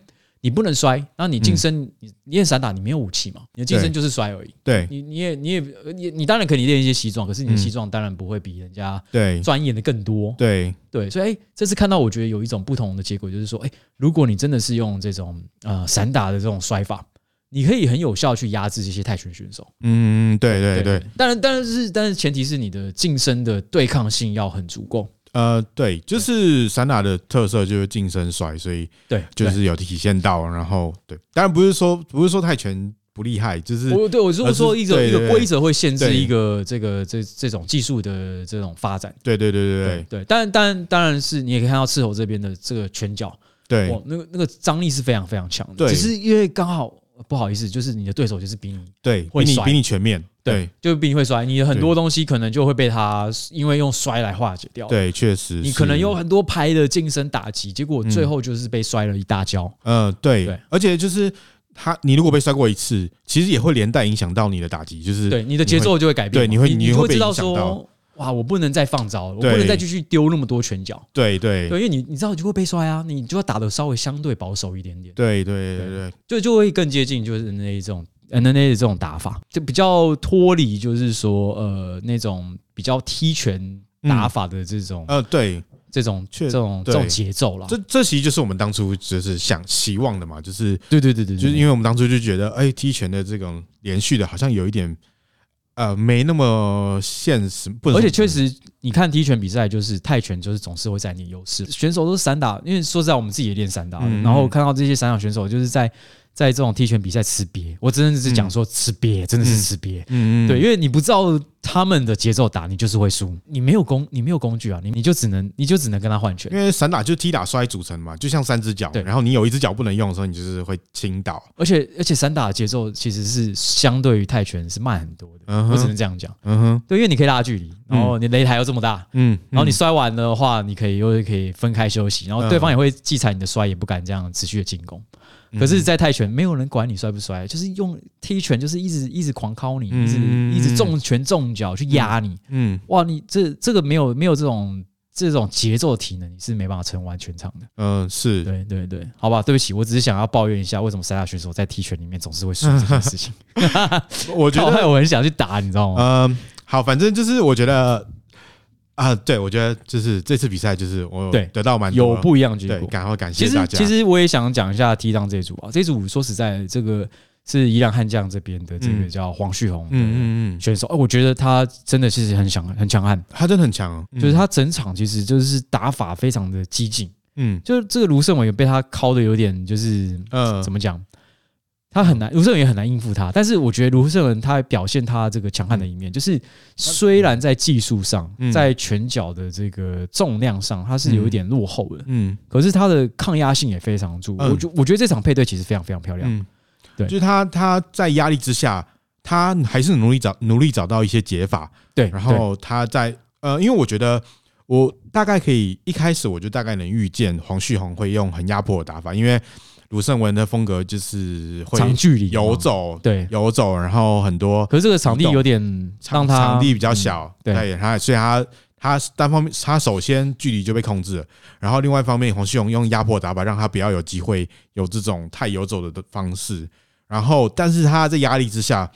[SPEAKER 2] 你不能摔，那你晋升你你也散打，你没有武器嘛，你的晋升
[SPEAKER 1] 对
[SPEAKER 2] 就是摔而已。
[SPEAKER 1] 对
[SPEAKER 2] 你你也你也你你当然可以练一些西撞，可是你的
[SPEAKER 1] 嗯
[SPEAKER 2] 西撞当然不会比人家
[SPEAKER 1] 对
[SPEAKER 2] 钻研的更多。
[SPEAKER 1] 对
[SPEAKER 2] 对，所以哎、这次看到我觉得有一种不同的结果，就是说，哎、如果你真的是用这种呃散打的这种摔法，你可以很有效去压制这些泰拳选手。
[SPEAKER 1] 嗯对对对，
[SPEAKER 2] 当然，当然是但是前提是你的晋升的对抗性要很足够。
[SPEAKER 1] 呃，对，就是散打的特色就是近身摔，所以
[SPEAKER 2] 对，
[SPEAKER 1] 就是有体现到。然后，对，当然不是说不是说泰拳不厉害，就是
[SPEAKER 2] 我对我就是
[SPEAKER 1] 而是
[SPEAKER 2] 说一个
[SPEAKER 1] 对
[SPEAKER 2] 一个
[SPEAKER 1] 对
[SPEAKER 2] 规则会限制
[SPEAKER 1] 对
[SPEAKER 2] 一个这个这这种技术的这种发展。
[SPEAKER 1] 对对对对
[SPEAKER 2] 对，当然当然当然是你也可以看到斥候这边的这个拳脚，
[SPEAKER 1] 对
[SPEAKER 2] 哇
[SPEAKER 1] 对，
[SPEAKER 2] 那个那个张力是非常非常强的。
[SPEAKER 1] 对
[SPEAKER 2] 只是因为刚好呃不好意思，就是你的对手就是比你
[SPEAKER 1] 对，
[SPEAKER 2] 会
[SPEAKER 1] 比你
[SPEAKER 2] 摔
[SPEAKER 1] 比你全面，对，
[SPEAKER 2] 就是比你会摔，你的很
[SPEAKER 1] 对
[SPEAKER 2] 多东西可能就会被他因为用摔来化解掉。，
[SPEAKER 1] 对，确实是，
[SPEAKER 2] 你可能有很多拍的近身打击，结果
[SPEAKER 1] 嗯
[SPEAKER 2] 最后就是被摔了一大跤。
[SPEAKER 1] 呃，
[SPEAKER 2] 对
[SPEAKER 1] 对，而且就是他，你如果被摔过一次，其实也会连带影响到你的打击，就是
[SPEAKER 2] 对，你的节奏就会改变
[SPEAKER 1] 对
[SPEAKER 2] 嘛。
[SPEAKER 1] 你会
[SPEAKER 2] 你
[SPEAKER 1] 你
[SPEAKER 2] 就
[SPEAKER 1] 会
[SPEAKER 2] 会
[SPEAKER 1] 被
[SPEAKER 2] 知道
[SPEAKER 1] 影响
[SPEAKER 2] 说
[SPEAKER 1] 到，
[SPEAKER 2] 哇，我不能再放招了，我不
[SPEAKER 1] 对
[SPEAKER 2] 能再继续丢那么多拳脚。
[SPEAKER 1] 对对
[SPEAKER 2] 对，因为你你知道你就会被摔啊，你就要打的稍微相对保守一点点，
[SPEAKER 1] 对对对对，
[SPEAKER 2] 就就会更接近就是 N A 这种 N N A 的这种打法，就比较脱离就是说呃那种比较踢拳打法的这种、
[SPEAKER 1] 嗯呃，对，
[SPEAKER 2] 这种
[SPEAKER 1] 确
[SPEAKER 2] 这种这
[SPEAKER 1] 对
[SPEAKER 2] 种节奏啦。
[SPEAKER 1] 这这其实就是我们当初就是想希望的嘛，就是
[SPEAKER 2] 对对对对，
[SPEAKER 1] 就是因
[SPEAKER 2] 为
[SPEAKER 1] 为我们当初就觉得，哎、踢拳的这种连续的，好像有一点，呃，没那么现实，不能
[SPEAKER 2] 而且
[SPEAKER 1] 说
[SPEAKER 2] 确实你看踢拳比赛，就是泰拳就是总是会占你优势，选手都是散打，因为说实在我们自己也练散打的，
[SPEAKER 1] 嗯
[SPEAKER 2] 然后看到这些散打选手就是在在这种踢拳比赛吃瘪，我真的是讲说吃瘪，真的是
[SPEAKER 1] 嗯
[SPEAKER 2] 吃瘪。
[SPEAKER 1] 嗯，嗯嗯，
[SPEAKER 2] 对，因为你不照他们的节奏打，你就是会输。你没有工，你没有工具啊，你你就只能你就只能跟他换拳。
[SPEAKER 1] 因为散打就是踢打摔组成嘛，就像三只脚
[SPEAKER 2] 对，
[SPEAKER 1] 然后你有一只脚不能用的时候，你就是会倾倒。
[SPEAKER 2] 而且而且散打的节奏其实是相对于泰拳是慢很多的，
[SPEAKER 1] 嗯哼
[SPEAKER 2] 我只能这样讲。
[SPEAKER 1] 嗯哼，
[SPEAKER 2] 对，因为你可以拉距离，然后你擂台又这么大，
[SPEAKER 1] 嗯，
[SPEAKER 2] 然后你
[SPEAKER 1] 嗯
[SPEAKER 2] 摔完的话，你可以又可以分开休息，然后对方也会忌才你的摔，也不敢这样持续的进攻。
[SPEAKER 1] 嗯
[SPEAKER 2] 可是，在泰拳没有人管你摔不摔，就是用踢拳，就是一直一直狂敲你，一直
[SPEAKER 1] 嗯
[SPEAKER 2] 一直重拳重脚去压你。
[SPEAKER 1] 嗯
[SPEAKER 2] 哇，你这这个没有没有这种这种节奏体能，你是没办法撑完全场的。
[SPEAKER 1] 嗯、呃是，
[SPEAKER 2] 对对对，好吧，对不起，我只是想要抱怨一下，为什么三大选手在踢拳里面总是会输这件事情。
[SPEAKER 1] 我觉
[SPEAKER 2] 好
[SPEAKER 1] 得，
[SPEAKER 2] 害我很想去打，你知道吗？
[SPEAKER 1] 嗯、好，反正就是我觉得。啊，对，我觉得就是这次比赛，就是我有
[SPEAKER 2] 对
[SPEAKER 1] 得到蛮多
[SPEAKER 2] 有不一样的结
[SPEAKER 1] 对，
[SPEAKER 2] 果。
[SPEAKER 1] 然后感
[SPEAKER 2] 其
[SPEAKER 1] 谢大
[SPEAKER 2] 实
[SPEAKER 1] 家。
[SPEAKER 2] 其实我也想讲一下 T 档这一组啊，这一组说实在，这个是伊朗悍将这边的这个
[SPEAKER 1] 嗯
[SPEAKER 2] 叫黄旭红的
[SPEAKER 1] 嗯嗯嗯，
[SPEAKER 2] 选手，哎，我觉得他真的其实很强很强悍，
[SPEAKER 1] 他真的很强哦，
[SPEAKER 2] 就是他整场其实就是打法非常的激进，
[SPEAKER 1] 嗯，
[SPEAKER 2] 就是这个卢胜伟被他敲的有点就是
[SPEAKER 1] 嗯
[SPEAKER 2] 怎
[SPEAKER 1] 呃，
[SPEAKER 2] 么讲？他很难，卢胜文也很难应付他。但是我觉得卢胜文他表现他这个强悍的一面，就是虽然在技术上，
[SPEAKER 1] 嗯
[SPEAKER 2] 在拳脚的这个重量上，他是有一点落后的，
[SPEAKER 1] 嗯
[SPEAKER 2] 可是他的抗压性也非常足。
[SPEAKER 1] 嗯
[SPEAKER 2] 我觉我觉得这场配对其实非常非常漂亮。
[SPEAKER 1] 嗯，
[SPEAKER 2] 对
[SPEAKER 1] 就是他他在压力之下，他还是努力找努力找到一些解法，
[SPEAKER 2] 对，
[SPEAKER 1] 然
[SPEAKER 2] 对
[SPEAKER 1] 后他在呃，因为我觉得我大概可以一开始我就大概能预见黄旭红会用很压迫的打法，因为鲁胜文的风格就是会
[SPEAKER 2] 长距离
[SPEAKER 1] 游
[SPEAKER 2] 嘛，
[SPEAKER 1] 走，
[SPEAKER 2] 对。
[SPEAKER 1] 游走，然后很多
[SPEAKER 2] 可是这个场地
[SPEAKER 1] 运动
[SPEAKER 2] 有点
[SPEAKER 1] 场
[SPEAKER 2] 让他
[SPEAKER 1] 场地比较
[SPEAKER 2] 嗯
[SPEAKER 1] 小，
[SPEAKER 2] 对
[SPEAKER 1] 对，他所以他他单方面他首先距离就被控制了，然后另外一方面黄旭荣用压迫打法让他不要有机会有这种太游走的方式，然后但是他在压力之下，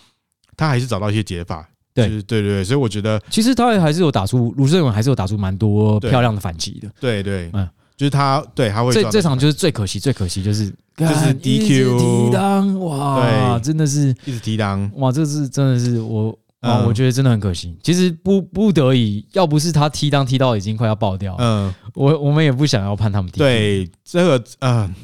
[SPEAKER 1] 他还是找到一些解法，
[SPEAKER 2] 对
[SPEAKER 1] 就是对对对，所以我觉得
[SPEAKER 2] 嗯其实他还是有打出卢胜文，还是有打出蛮多
[SPEAKER 1] 对
[SPEAKER 2] 漂亮的反击的。
[SPEAKER 1] 对对
[SPEAKER 2] 嗯。
[SPEAKER 1] 就是他对他会
[SPEAKER 2] 这
[SPEAKER 1] 抓到
[SPEAKER 2] 这场就是最可惜，最可惜就是就是
[SPEAKER 1] DQ
[SPEAKER 2] 抵挡哇，
[SPEAKER 1] 对
[SPEAKER 2] 真的是
[SPEAKER 1] 一直提裆，
[SPEAKER 2] 哇，这是真的是我哇，
[SPEAKER 1] 嗯
[SPEAKER 2] 哦我觉得真的很可惜。其实不不得已，要不是他踢裆踢到已经快要爆掉，
[SPEAKER 1] 嗯，
[SPEAKER 2] 我我们也不想要判他们 DQ
[SPEAKER 1] 对这个嗯，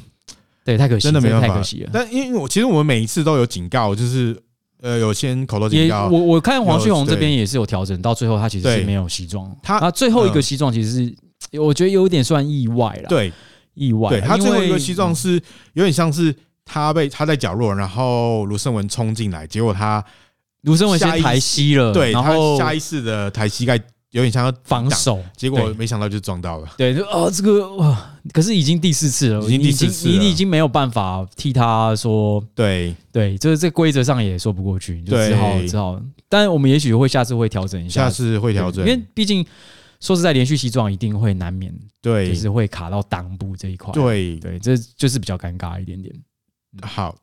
[SPEAKER 2] 对，太可惜，
[SPEAKER 1] 真的没办
[SPEAKER 2] 太
[SPEAKER 1] 法
[SPEAKER 2] 可惜了。
[SPEAKER 1] 但因为我其实我们每一次都有警告，就是呃有先口头警
[SPEAKER 2] 也
[SPEAKER 1] 告
[SPEAKER 2] 我，我看黄旭
[SPEAKER 1] 有
[SPEAKER 2] 红这
[SPEAKER 1] 对
[SPEAKER 2] 边也是有调整，到最后他其实是
[SPEAKER 1] 对
[SPEAKER 2] 没有西装，
[SPEAKER 1] 他
[SPEAKER 2] 他最后一个
[SPEAKER 1] 嗯
[SPEAKER 2] 西装其实是。我觉得有点算意外啦，，
[SPEAKER 1] 对
[SPEAKER 2] 意外啦。
[SPEAKER 1] 对，他
[SPEAKER 2] 因
[SPEAKER 1] 最后一个
[SPEAKER 2] 为嗯
[SPEAKER 1] 西装是有点像是他被他在角落，然后卢胜文冲进来，结果他
[SPEAKER 2] 卢胜文先
[SPEAKER 1] 下意识
[SPEAKER 2] 抬膝了，
[SPEAKER 1] 对
[SPEAKER 2] 嗯然
[SPEAKER 1] 他
[SPEAKER 2] 后
[SPEAKER 1] 下意识的抬膝盖，有点像要
[SPEAKER 2] 防
[SPEAKER 1] 挡，
[SPEAKER 2] 守，
[SPEAKER 1] 结果
[SPEAKER 2] 对
[SPEAKER 1] 没想到就撞到了。
[SPEAKER 2] 对，就哦，这个哇，可是已经第四次了，
[SPEAKER 1] 已经第四次
[SPEAKER 2] 你已
[SPEAKER 1] 了
[SPEAKER 2] 经你已经没有办法替他说，
[SPEAKER 1] 对，
[SPEAKER 2] 对，就是这规则上也说不过去，就
[SPEAKER 1] 对
[SPEAKER 2] 只好只好。但我们也许会下次会调整一下，
[SPEAKER 1] 下次会
[SPEAKER 2] 对
[SPEAKER 1] 调整
[SPEAKER 2] 因，为毕竟说实在，连续西撞一定会难免
[SPEAKER 1] 对
[SPEAKER 2] 就，是会卡到裆部这一块，
[SPEAKER 1] 对，
[SPEAKER 2] 对，这就是比较尴尬一点点。
[SPEAKER 1] 好，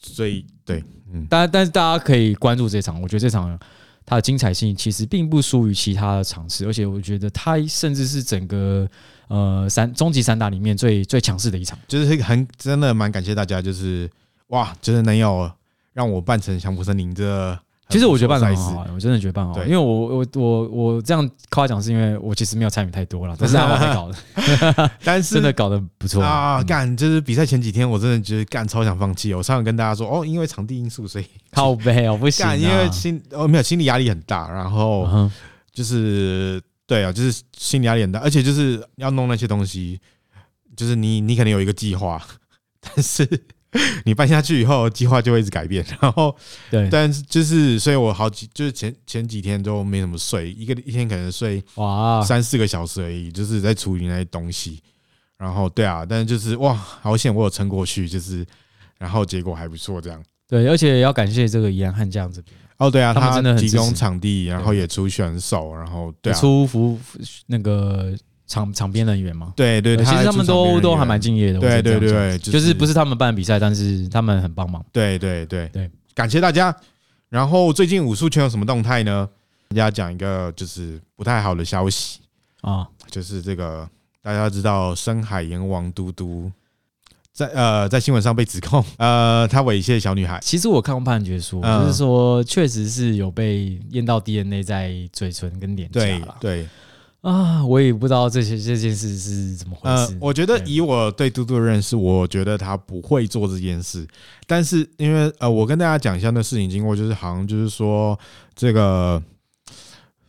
[SPEAKER 1] 所以对，嗯，
[SPEAKER 2] 但但是大家可以关注这场，我觉得这场它的精彩性其实并不输于其他的场次，而且我觉得它甚至是整个呃三终极散打里面最最强势的一场。
[SPEAKER 1] 就是很真的蛮感谢大家，就是哇，真的能有让我扮成降服森林这，
[SPEAKER 2] 其实我觉得办的
[SPEAKER 1] 赛
[SPEAKER 2] 很
[SPEAKER 1] 事
[SPEAKER 2] 好，啊玩，我真的觉得办得好玩，
[SPEAKER 1] 对
[SPEAKER 2] 因为我我我我这样夸奖是因为我其实没有参与太多了，但 是他们还搞的，
[SPEAKER 1] 但是
[SPEAKER 2] 真的搞得不错
[SPEAKER 1] 啊，
[SPEAKER 2] 嗯
[SPEAKER 1] 干就是比赛前几天，我真的觉得干超想放弃哦。我上次跟大家说哦，因为场地因素，所以
[SPEAKER 2] 靠背哦，不行啊，
[SPEAKER 1] 干因为心哦没有心理压力很大，然
[SPEAKER 2] 嗯
[SPEAKER 1] 后
[SPEAKER 2] 哼
[SPEAKER 1] 就是对啊，就是心理压力很大，而且就是要弄那些东西，就是你你可能有一个计划， 但是 你办下去以后，计划就会一直改变， 然后
[SPEAKER 2] 对，
[SPEAKER 1] 但是就是，所以我好几就是前前几天都没怎么睡，一个一天可能睡
[SPEAKER 2] 哇，
[SPEAKER 1] 三四个小时而已，就是在处理那些东西。然后对啊，但是就是哇，好险我有撑过去，就是然后结果还不错这样。
[SPEAKER 2] 对，而且要感谢这个宜安汉将这边
[SPEAKER 1] 哦，对啊，
[SPEAKER 2] 他们真的很
[SPEAKER 1] 提
[SPEAKER 2] 支持
[SPEAKER 1] 供场地，然后也出选手，然后对啊，
[SPEAKER 2] 出服那个场场边人员嘛，
[SPEAKER 1] 对对，
[SPEAKER 2] 对，其实
[SPEAKER 1] 还
[SPEAKER 2] 他们
[SPEAKER 1] 出场别
[SPEAKER 2] 都
[SPEAKER 1] 人
[SPEAKER 2] 都
[SPEAKER 1] 员
[SPEAKER 2] 还蛮敬业的，我
[SPEAKER 1] 对
[SPEAKER 2] 只能
[SPEAKER 1] 对
[SPEAKER 2] 这样讲，
[SPEAKER 1] 对，
[SPEAKER 2] 就是不是他们办比赛，但是他们很帮忙，
[SPEAKER 1] 对对对
[SPEAKER 2] 对，
[SPEAKER 1] 感谢大家。然后最近武术圈有什么动态呢？跟大家讲一个就是不太好的消息，
[SPEAKER 2] 啊，
[SPEAKER 1] 就是这个大家知道深海阎王嘟嘟在呃在新闻上被指控，呃他猥亵小女孩，
[SPEAKER 2] 其实我看过判决书，
[SPEAKER 1] 嗯
[SPEAKER 2] 就是说确实是有被验到 DNA 在嘴唇跟脸颊
[SPEAKER 1] 对
[SPEAKER 2] 啦。
[SPEAKER 1] 对，
[SPEAKER 2] 啊，我也不知道这些这件事是怎么回
[SPEAKER 1] 呃
[SPEAKER 2] 事。
[SPEAKER 1] 我觉得
[SPEAKER 2] 对
[SPEAKER 1] 以我对嘟嘟的认识，我觉得他不会做这件事，但是因为呃我跟大家讲一下那事情经过，就是好像就是说这个。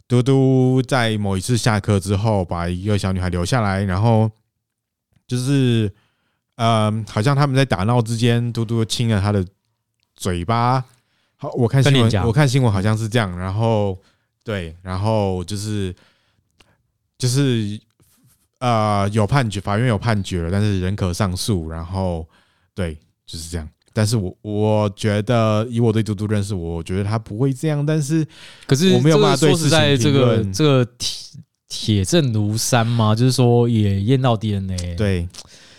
[SPEAKER 1] 嘟嘟在某一次下课之后，把一个小女孩留下来，然后就是，嗯，好像他们在打闹之间，嘟嘟亲了她的嘴巴。好，我看新
[SPEAKER 2] 跟你
[SPEAKER 1] 闻，
[SPEAKER 2] 讲
[SPEAKER 1] 我看新闻好像是这样。然后，对，然后就是就是呃，有判决，法院有判决了，但是仍可上诉。然后，对，就是这样。但是我我觉得，以我对嘟嘟认识，我觉得他不会这样。但是
[SPEAKER 2] 可是
[SPEAKER 1] 我没有
[SPEAKER 2] 这个
[SPEAKER 1] 办法对
[SPEAKER 2] 说实在，
[SPEAKER 1] 事情
[SPEAKER 2] 这
[SPEAKER 1] 评
[SPEAKER 2] 个
[SPEAKER 1] 论
[SPEAKER 2] 这个铁铁证如山嘛，就是说也验到 DNA，，
[SPEAKER 1] 对，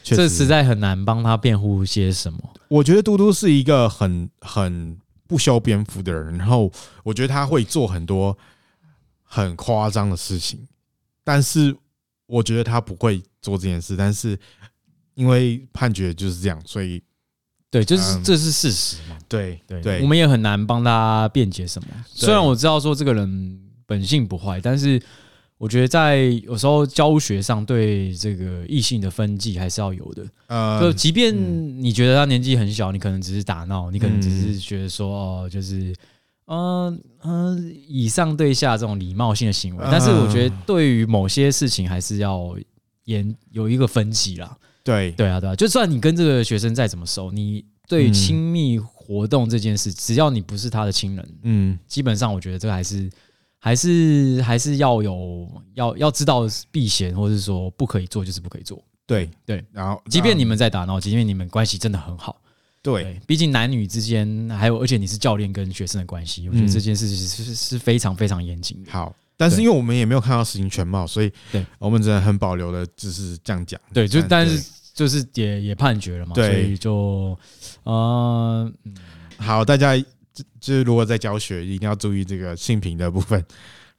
[SPEAKER 1] 确
[SPEAKER 2] 这
[SPEAKER 1] 实
[SPEAKER 2] 实在很难帮他辩护些什么。
[SPEAKER 1] 我觉得嘟嘟是一个很很不修边幅的人，然后我觉得他会做很多很夸张的事情，但是我觉得他不会做这件事，但是因为判决就是这样，所以
[SPEAKER 2] 对，就是、
[SPEAKER 1] 嗯
[SPEAKER 2] 这是事实嘛。
[SPEAKER 1] 对
[SPEAKER 2] 对，
[SPEAKER 1] 对，
[SPEAKER 2] 我们也很难帮他辩解什么。虽然我知道说这个人本性不坏，但是我觉得在有时候教学上对这个异性的分际还是要有的。就
[SPEAKER 1] 呃
[SPEAKER 2] 即便你觉得他年纪很小，你可能只是打闹，你可能只是觉得说哦，就是。嗯嗯、以上对下这种礼貌性的行为，
[SPEAKER 1] 嗯
[SPEAKER 2] 但是我觉得对于某些事情还是要严有一个分级啦。
[SPEAKER 1] 对
[SPEAKER 2] 对啊，对啊，就算你跟这个学生再怎么熟，你对于
[SPEAKER 1] 嗯
[SPEAKER 2] 亲密活动这件事，只要你不是他的亲人，
[SPEAKER 1] 嗯
[SPEAKER 2] 基本上我觉得这个还是还是还是要有要要知道避嫌，或者是说不可以做就是不可以做。
[SPEAKER 1] 对
[SPEAKER 2] 对，
[SPEAKER 1] 然后
[SPEAKER 2] 即便你
[SPEAKER 1] 们
[SPEAKER 2] 们在打闹，即便你们关系真的很好，
[SPEAKER 1] 对
[SPEAKER 2] 对，毕竟男女之间还有，而且你是教练跟学生的关系，我觉得
[SPEAKER 1] 嗯
[SPEAKER 2] 这件事情是是是非常非常严谨的。
[SPEAKER 1] 好。但是
[SPEAKER 2] 对
[SPEAKER 1] 因为我们也没有看到事情全貌，所以
[SPEAKER 2] 对
[SPEAKER 1] 我们只能很保留的，就是这样讲。
[SPEAKER 2] 对，就但是
[SPEAKER 1] 对
[SPEAKER 2] 就是也也判决了嘛，所
[SPEAKER 1] 对
[SPEAKER 2] 以就呃
[SPEAKER 1] 好，大家就就是如果在教学，一定要注意这个性平的部分。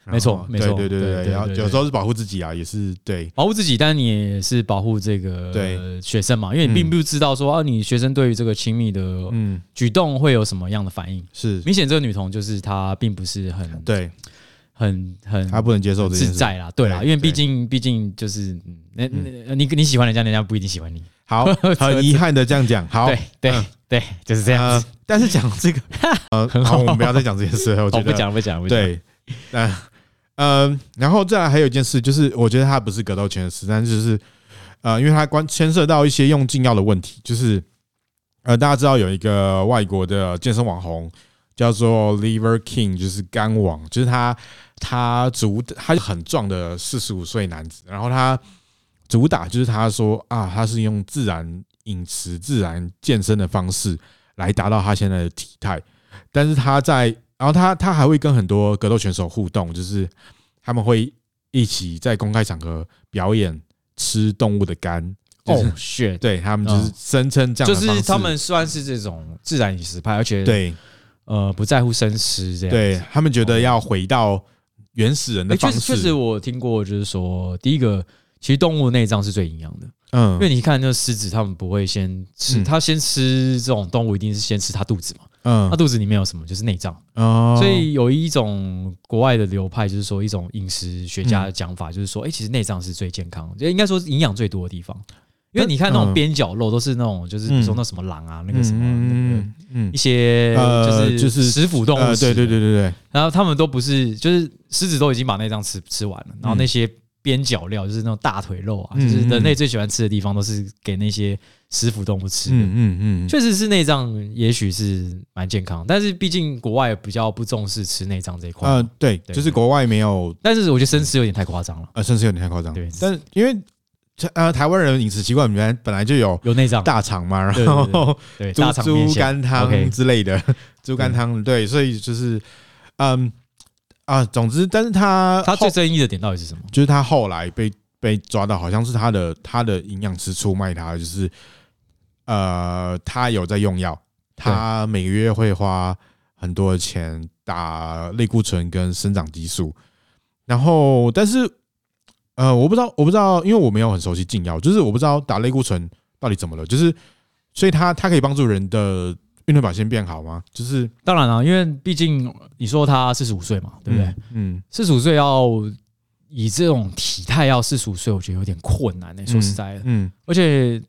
[SPEAKER 1] 然后
[SPEAKER 2] 没错没错
[SPEAKER 1] 对对对
[SPEAKER 2] 对
[SPEAKER 1] 对，
[SPEAKER 2] 对
[SPEAKER 1] 然后
[SPEAKER 2] 对
[SPEAKER 1] 有时候是保护自己啊，也是对，
[SPEAKER 2] 保护自己，但你也是保护这个
[SPEAKER 1] 对
[SPEAKER 2] 学生嘛，因为你并不知道说、啊，你学生对于这个亲密的
[SPEAKER 1] 嗯，
[SPEAKER 2] 举动会有什么样的反应。
[SPEAKER 1] 是，
[SPEAKER 2] 明显，这个女童就是她并不是很
[SPEAKER 1] 对
[SPEAKER 2] 很很
[SPEAKER 1] 他不能接受这件事。
[SPEAKER 2] 自在啦，对啦，
[SPEAKER 1] 对
[SPEAKER 2] 因为
[SPEAKER 1] 对
[SPEAKER 2] 毕竟毕竟就是嗯那那你你喜欢人家，人家不一定喜欢你。
[SPEAKER 1] 好，很遗憾的这样讲，好，
[SPEAKER 2] 对对
[SPEAKER 1] 嗯
[SPEAKER 2] 对，就是这样
[SPEAKER 1] 呃
[SPEAKER 2] 子。，
[SPEAKER 1] 但是讲这个，呃，
[SPEAKER 2] 很好
[SPEAKER 1] 我们不要再讲这件事了，我
[SPEAKER 2] 哦，
[SPEAKER 1] 觉
[SPEAKER 2] 不
[SPEAKER 1] 得
[SPEAKER 2] 讲不讲不讲。
[SPEAKER 1] 对，那呃，然后再来还有一件事，就是我觉得它不是格斗圈的事，但是就是呃，因为它关牵涉到一些用禁药的问题，就是呃，大家知道有一个外国的健身网红叫做 Liver King，就是肝王，就是他他主他很壮的四十五岁男子，然后他主打就是他说啊，他是用自然饮食、自然健身的方式来达到他现在的体态，但是他在，然后他他还会跟很多格斗选手互动，就是他们会一起在公开场合表演吃动物的肝，就是
[SPEAKER 2] 哦，shit，
[SPEAKER 1] 对他们就是
[SPEAKER 2] 嗯
[SPEAKER 1] 声称这样
[SPEAKER 2] 就
[SPEAKER 1] 的方式，
[SPEAKER 2] 是他们算是这种自然饮食派，而且
[SPEAKER 1] 对
[SPEAKER 2] 呃不在乎生食这样。
[SPEAKER 1] 对，他们觉得要回到原始人的
[SPEAKER 2] 诶，确
[SPEAKER 1] 方
[SPEAKER 2] 实
[SPEAKER 1] 式，
[SPEAKER 2] 确实我听过，就是说第一个。其实动物内脏是最营养的，
[SPEAKER 1] 嗯
[SPEAKER 2] 因为你看那狮子，它们不会先吃，
[SPEAKER 1] 嗯
[SPEAKER 2] 它先吃这种动物一定是先吃它肚子嘛，它
[SPEAKER 1] 嗯
[SPEAKER 2] 肚子里面有什么就是内脏，
[SPEAKER 1] 哦，
[SPEAKER 2] 啊所以有一种国外的流派，就是说一种饮食学家的讲法，就是
[SPEAKER 1] 嗯
[SPEAKER 2] 说，哎、其实内脏是最健康，就应该说是营养最多的地方。因为你看那种
[SPEAKER 1] 嗯
[SPEAKER 2] 边角肉都是那种，就是比如说
[SPEAKER 1] 嗯
[SPEAKER 2] 那什么狼啊，那
[SPEAKER 1] 那
[SPEAKER 2] 个什么、那个
[SPEAKER 1] 嗯嗯
[SPEAKER 2] 一些
[SPEAKER 1] 呃
[SPEAKER 2] 就是
[SPEAKER 1] 就是
[SPEAKER 2] 食腐动物、
[SPEAKER 1] 呃，对对，对对对，
[SPEAKER 2] 然后他们都不是，就是狮子都已经把内脏吃吃完了，然后那些边角料就是那种大腿肉啊，
[SPEAKER 1] 嗯
[SPEAKER 2] 就是人类最喜欢吃的地方，都是给那些食腐动物吃的。
[SPEAKER 1] 嗯嗯嗯，
[SPEAKER 2] 确实是内脏，也许是蛮健康，但是毕竟国外比较不重视吃内脏这一块。
[SPEAKER 1] 呃，对，就是国外没有
[SPEAKER 2] 但是我觉得生吃有点太夸张了，
[SPEAKER 1] 呃，甚至有点太夸张。
[SPEAKER 2] 对
[SPEAKER 1] 但因为呃，台湾人饮食习惯里面本来就有
[SPEAKER 2] 有内脏，
[SPEAKER 1] 大肠嘛，
[SPEAKER 2] 对对
[SPEAKER 1] 然
[SPEAKER 2] 对
[SPEAKER 1] 后
[SPEAKER 2] 对
[SPEAKER 1] 猪
[SPEAKER 2] 大肠面
[SPEAKER 1] 猪
[SPEAKER 2] 线
[SPEAKER 1] 肝汤
[SPEAKER 2] OK，
[SPEAKER 1] 之类的，猪肝汤对，所以就是嗯啊，总之，但是他
[SPEAKER 2] 它
[SPEAKER 1] 后
[SPEAKER 2] 最争议的点到底是什么？
[SPEAKER 1] 就是他后来被被抓到，好像是他的他的营养师出卖他，就是呃，他有在用药，他每个月会花很多的钱打类固醇跟生长激素，然后但是呃，我不知道我不知道，因为我没有很熟悉禁药，就是我不知道打类固醇到底怎么了，就是所以它它可以帮助人的呃运动表现变好吗？就是
[SPEAKER 2] 当然了、因为毕竟你说他四十五岁嘛，对不对？？
[SPEAKER 1] 嗯，
[SPEAKER 2] 四十五岁要以这种体态要四十五岁，我觉得有点困难呢、
[SPEAKER 1] 嗯
[SPEAKER 2] 说实在的，
[SPEAKER 1] 嗯
[SPEAKER 2] 而且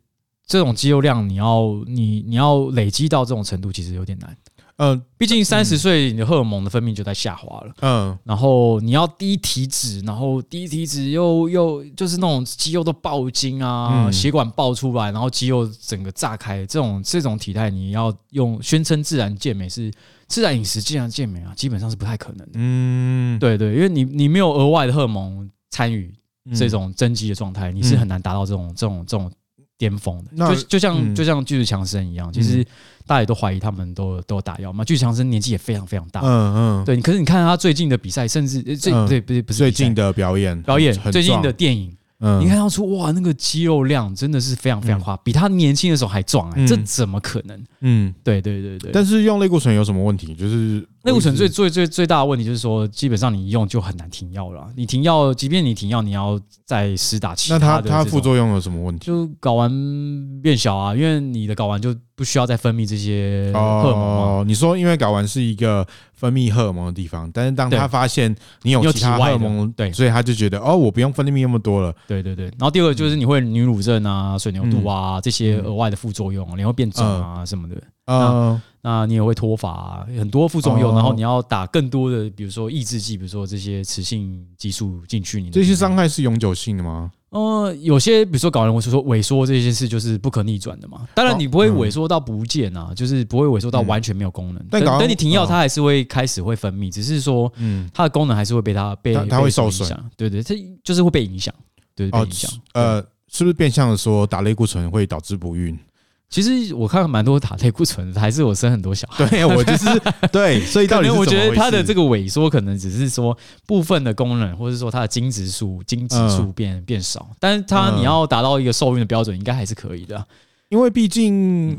[SPEAKER 2] 这种肌肉量，你要你你要累积到这种程度，其实有点难。
[SPEAKER 1] 嗯
[SPEAKER 2] 毕竟三十岁，你的荷尔蒙的分泌就在下滑了。
[SPEAKER 1] 嗯
[SPEAKER 2] 然后你要低体脂，然后低体脂又又就是那种肌肉都爆筋啊，
[SPEAKER 1] 嗯
[SPEAKER 2] 血管爆出来，然后肌肉整个炸开，这种这种体态你要用宣称自然健美是自然饮食自然健美啊，基本上是不太可能的。
[SPEAKER 1] 嗯，
[SPEAKER 2] 对对，因为你你没有额外的荷尔蒙参与
[SPEAKER 1] 嗯
[SPEAKER 2] 这种增肌的状态，你是很难达到这种这种这种巅峰的。
[SPEAKER 1] 那
[SPEAKER 2] 就就像、
[SPEAKER 1] 嗯
[SPEAKER 2] 就像巨石强森一样，其实大家也都怀疑他们都都有打药嘛。巨石强森年纪也非常非常大，
[SPEAKER 1] 嗯嗯，
[SPEAKER 2] 对，可是你看他最近的比赛，甚至呃最
[SPEAKER 1] 嗯
[SPEAKER 2] 对不是不是
[SPEAKER 1] 最
[SPEAKER 2] 比赛
[SPEAKER 1] 近的表演，
[SPEAKER 2] 表演
[SPEAKER 1] 很，
[SPEAKER 2] 最近的，电
[SPEAKER 1] 很
[SPEAKER 2] 影，
[SPEAKER 1] 壮嗯，
[SPEAKER 2] 你看到出哇，那个肌肉量真的是非常非常夸，比他年轻的时候还壮哎，
[SPEAKER 1] 嗯
[SPEAKER 2] 这怎么可能？
[SPEAKER 1] 嗯，
[SPEAKER 2] 对对对对。
[SPEAKER 1] 但是用类固醇有什么问题？就是
[SPEAKER 2] 类固醇最最最最大的问题就是说，基本上你一用就很难停药了啊。你停药，即便你停药，你要再施打其
[SPEAKER 1] 那它
[SPEAKER 2] 他的这种。
[SPEAKER 1] 它副作用有什么问题？
[SPEAKER 2] 就睾丸变小啊，因为你的睾丸就不需要再分泌这些
[SPEAKER 1] 哦
[SPEAKER 2] 荷尔蒙嘛。，
[SPEAKER 1] 你说因为睾丸是一个分泌荷尔蒙的地方，但是当
[SPEAKER 2] 对
[SPEAKER 1] 他发现你有
[SPEAKER 2] 你有
[SPEAKER 1] 其他
[SPEAKER 2] 体外
[SPEAKER 1] 荷
[SPEAKER 2] 的
[SPEAKER 1] 尔蒙，
[SPEAKER 2] 对
[SPEAKER 1] 所以他就觉得哦，我不用分泌那么多了，
[SPEAKER 2] 对对对，然后第二个就是你会女乳症啊、水牛肚啊这些
[SPEAKER 1] 嗯
[SPEAKER 2] 额外的副作用，你会变肿啊什么的。
[SPEAKER 1] 呃，
[SPEAKER 2] 那你也会脱发、啊，很多副作用，
[SPEAKER 1] 哦
[SPEAKER 2] 然后你要打更多的，比如说抑制剂，比如说这些雌性激素进去你的
[SPEAKER 1] 这
[SPEAKER 2] 体
[SPEAKER 1] 些
[SPEAKER 2] 内
[SPEAKER 1] 伤害是永久性的吗？
[SPEAKER 2] 呃，有些比如说睾丸萎缩萎缩这件事就是不可逆转的嘛。当然，你不会
[SPEAKER 1] 嗯
[SPEAKER 2] 萎缩到不见啊，就是不会萎缩到
[SPEAKER 1] 嗯
[SPEAKER 2] 完全没有功能。
[SPEAKER 1] 但睾
[SPEAKER 2] 等
[SPEAKER 1] 丸
[SPEAKER 2] 等你停药，
[SPEAKER 1] 哦
[SPEAKER 2] 它还是会开始会分泌，只是说
[SPEAKER 1] 嗯，
[SPEAKER 2] 它的功能还是会被它被
[SPEAKER 1] 它它会受损
[SPEAKER 2] 影响。对对，这就是会被影响，对，被
[SPEAKER 1] 哦
[SPEAKER 2] 影响。，对，
[SPEAKER 1] 呃，是不是变相的说打类固醇会导致不孕？
[SPEAKER 2] 其实我看蛮多打类固醇的， 还是我生很多小孩。
[SPEAKER 1] 对我就是对，所以到
[SPEAKER 2] 可
[SPEAKER 1] 底
[SPEAKER 2] 能我觉得它的这
[SPEAKER 1] 个
[SPEAKER 2] 个萎缩，可能只是说部分的功能，或者说它的精子数、精子数变、变少，但是它
[SPEAKER 1] 嗯
[SPEAKER 2] 你要达到一个受孕的标准，应该还是可以的啊、
[SPEAKER 1] 因为
[SPEAKER 2] 嗯
[SPEAKER 1] 毕竟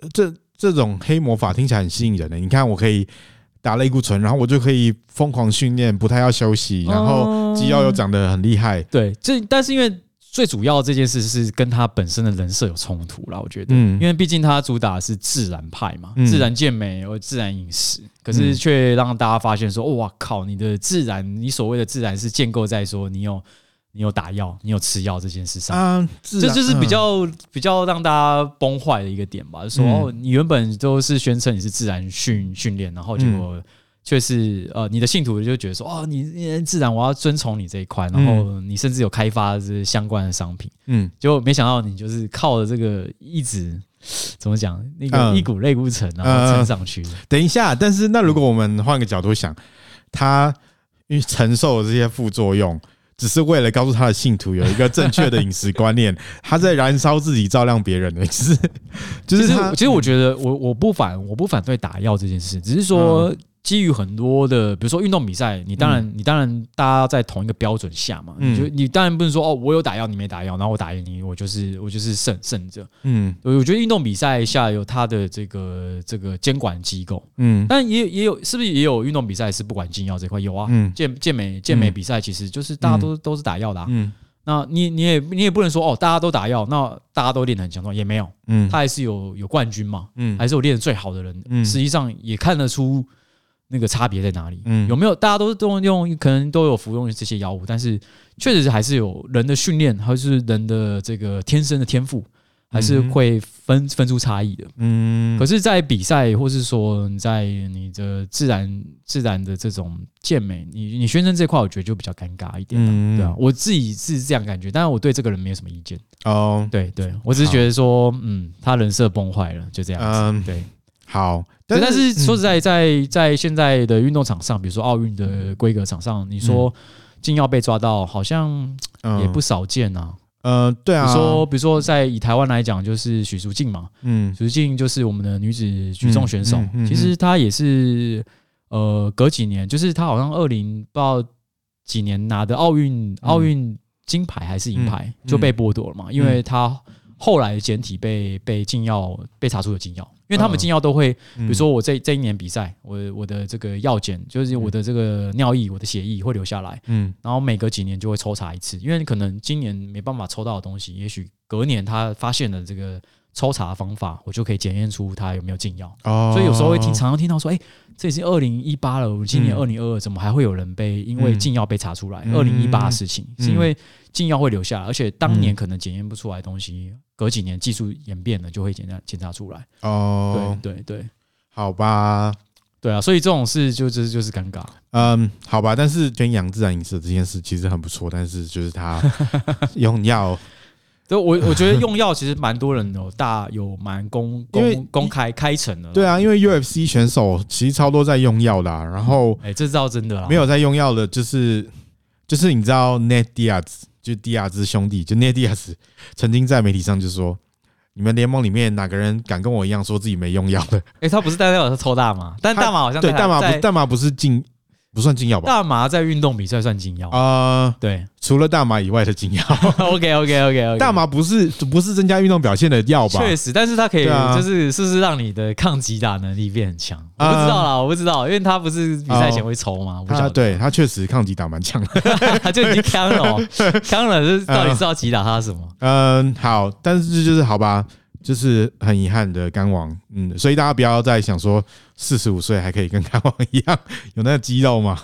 [SPEAKER 1] 呃这这种黑魔法听起来很吸引人的。你看，我可以打类固醇，然后我就可以疯狂训练，不太要休息，然
[SPEAKER 2] 哦
[SPEAKER 1] 后肌肉又长
[SPEAKER 2] 长。
[SPEAKER 1] 得很厉害。
[SPEAKER 2] 对，这但是因为最主要这件事是跟他本身的人设有冲突啦，我觉得，
[SPEAKER 1] 嗯
[SPEAKER 2] 因为毕竟他主打的是自然派嘛，
[SPEAKER 1] 嗯
[SPEAKER 2] 自然健美和自然饮食，可是却让大家发现说，哦哇靠，你的自然，你所谓的自然是建构在说你有你有打药，你有吃药这件事上。
[SPEAKER 1] 啊，这
[SPEAKER 2] 这就是比较、比较让大家崩坏的一个点吧，就说、
[SPEAKER 1] 嗯
[SPEAKER 2] 哦，你原本都是宣称你是自然训训练，然后结
[SPEAKER 1] 嗯
[SPEAKER 2] 果却是、呃，你的信徒就觉得说哦，你你自然我要遵从你这一块，然后你甚至有开发这些相关的商品，
[SPEAKER 1] 嗯
[SPEAKER 2] 结果没想到你就是靠着这个一直 怎么讲那个
[SPEAKER 1] 嗯
[SPEAKER 2] 一股类固醇然后撑上去，
[SPEAKER 1] 嗯，等一下，但是那如果我们换个角度想，他因为承受这些副作用。只是为了告诉他的信徒有一个正确的饮食观念，他在燃烧自己，照亮别人的，就是就是
[SPEAKER 2] 其实
[SPEAKER 1] 他
[SPEAKER 2] 我其实我觉得我我不反我不反对打药这件事，只是
[SPEAKER 1] 嗯
[SPEAKER 2] 说基于很多的，比如说运动比赛，你当然、你当然大家在同一个标准下嘛，
[SPEAKER 1] 嗯
[SPEAKER 2] 你就你当然不能说哦我有打药你没打药，然后我打赢你我就是我就是胜胜者。
[SPEAKER 1] 嗯
[SPEAKER 2] 我我觉得运动比赛下有它的这个这个监管机构，
[SPEAKER 1] 嗯
[SPEAKER 2] 但也也有是不是也有运动比赛是不管禁药这块有啊。
[SPEAKER 1] 嗯
[SPEAKER 2] 健健美健美比赛其实就是大家都、都是打药的、啊，
[SPEAKER 1] 嗯
[SPEAKER 2] 那你你也你也不能说哦，大家都打药，那大家都练得很强壮，也没有，
[SPEAKER 1] 嗯
[SPEAKER 2] 他还是有有冠军嘛，
[SPEAKER 1] 嗯
[SPEAKER 2] 还是我练得最好的人，
[SPEAKER 1] 嗯
[SPEAKER 2] 实际上也看得出那个差别在哪里。
[SPEAKER 1] 嗯
[SPEAKER 2] 有没有大家都都用，可能都有服用这些药物，但是确实是还是有人的训练，还是人的这个天生的天赋，还是
[SPEAKER 1] 嗯哼
[SPEAKER 2] 会分分出差异的。
[SPEAKER 1] 嗯
[SPEAKER 2] 可是，在比赛，或是说你在你的自然自然的这种健美，你你宣称这块，我觉得就比较尴尬一点吧。
[SPEAKER 1] 嗯
[SPEAKER 2] 对啊，我自己是这样感觉，但是我对这个人没有什么意见。
[SPEAKER 1] 哦，
[SPEAKER 2] 对啊对，我只是
[SPEAKER 1] 好
[SPEAKER 2] 觉得说，嗯，他人设崩坏了，就这样子。
[SPEAKER 1] 嗯，
[SPEAKER 2] 对，
[SPEAKER 1] 好，
[SPEAKER 2] 对但是说实
[SPEAKER 1] 在，
[SPEAKER 2] 在，在在现在的运动场上，比如说奥运的规格场上，你说禁药被抓到，好像
[SPEAKER 1] 嗯
[SPEAKER 2] 也不少见啊。
[SPEAKER 1] 呃，对
[SPEAKER 2] 比
[SPEAKER 1] 啊，
[SPEAKER 2] 如说，比如说，在以台湾来讲，就是许淑净嘛，
[SPEAKER 1] 嗯
[SPEAKER 2] 许淑净就是我们的女子举重选手
[SPEAKER 1] 嗯嗯嗯，嗯
[SPEAKER 2] 其实她也是呃，隔几年，就是她好像二零不知道几年拿的奥运奥运金牌还是银牌
[SPEAKER 1] 嗯
[SPEAKER 2] 就被剥夺了嘛，因为她后来检体被被禁药被查出有禁药，因为他们
[SPEAKER 1] 嗯
[SPEAKER 2] 禁药都会。
[SPEAKER 1] 嗯，
[SPEAKER 2] 比
[SPEAKER 1] 比
[SPEAKER 2] 如说我这这一年比赛，我我的这个药检就是我的这个尿液、我的血液会留下来，
[SPEAKER 1] 嗯
[SPEAKER 2] 然后每隔几年就会抽查一次，因为你可能今年没办法抽到的东西，也许隔年他发现了这个抽查方法，我就可以检验出他有没有禁药。
[SPEAKER 1] 哦，
[SPEAKER 2] 所以有时候会听，常常听到说，哎、这已经二零一八了，我们今年
[SPEAKER 1] 嗯
[SPEAKER 2] 二零二二，怎么还会有人被因为禁药被查出来？
[SPEAKER 1] 嗯
[SPEAKER 2] 二零一八的事情、
[SPEAKER 1] 嗯
[SPEAKER 2] 是因为禁药会留下来，而且当年
[SPEAKER 1] 嗯
[SPEAKER 2] 可能检验不出来的东西，隔几年技术演变了就会检查检查出来。
[SPEAKER 1] 哦，
[SPEAKER 2] 对对对。
[SPEAKER 1] 好吧，
[SPEAKER 2] 对啊，所以这种事就就是就是尴尬。
[SPEAKER 1] 嗯，好吧，但是宣扬自然饮食这件事其实很不错，但是就是 他用药，
[SPEAKER 2] 对，我我觉得用药其实蛮多人有大有蛮公
[SPEAKER 1] 因为
[SPEAKER 2] 公公开开诚的。
[SPEAKER 1] 对啊，因
[SPEAKER 2] 为
[SPEAKER 1] 为 UFC 选手其实超多在用药的啊、然后
[SPEAKER 2] 哎、这是倒真的啦，
[SPEAKER 1] 没有在用药的，就是就是你知道 Net Diaz 就迪亚兹兄弟，就 Net Diaz 曾经在媒体上就说。你们联盟里面哪个人敢跟我一样说自己没用药 的？
[SPEAKER 2] 哎、他不是代表是抽大麻，但
[SPEAKER 1] 他
[SPEAKER 2] 大麻好像
[SPEAKER 1] 对，
[SPEAKER 2] 在
[SPEAKER 1] 大麻不
[SPEAKER 2] 在
[SPEAKER 1] 大麻不是禁，不算禁药吧？
[SPEAKER 2] 大麻在运动比赛算禁药。
[SPEAKER 1] 啊，
[SPEAKER 2] 对
[SPEAKER 1] 除了大麻以外的禁 药，
[SPEAKER 2] ，OK OK OK OK，
[SPEAKER 1] 大麻不是不是增加运动表现的药吧？
[SPEAKER 2] 确实，但是它可以
[SPEAKER 1] 对啊
[SPEAKER 2] 就是是不是让你的抗击打能力变很强？我不
[SPEAKER 1] 啊
[SPEAKER 2] 知道啦，我不知道，因为他不是比赛前会抽吗？我不晓
[SPEAKER 1] 他
[SPEAKER 2] 得，
[SPEAKER 1] 对他确实抗击打蛮强的。
[SPEAKER 2] 他就已经扛了哦，扛了，就是到
[SPEAKER 1] 啊
[SPEAKER 2] 底是要击打他什么？
[SPEAKER 1] 嗯，好，但是就是好吧，就是很遗憾的干王，嗯，所以大家不要再想说四十五岁还可以跟干王一样有那个肌肉嘛？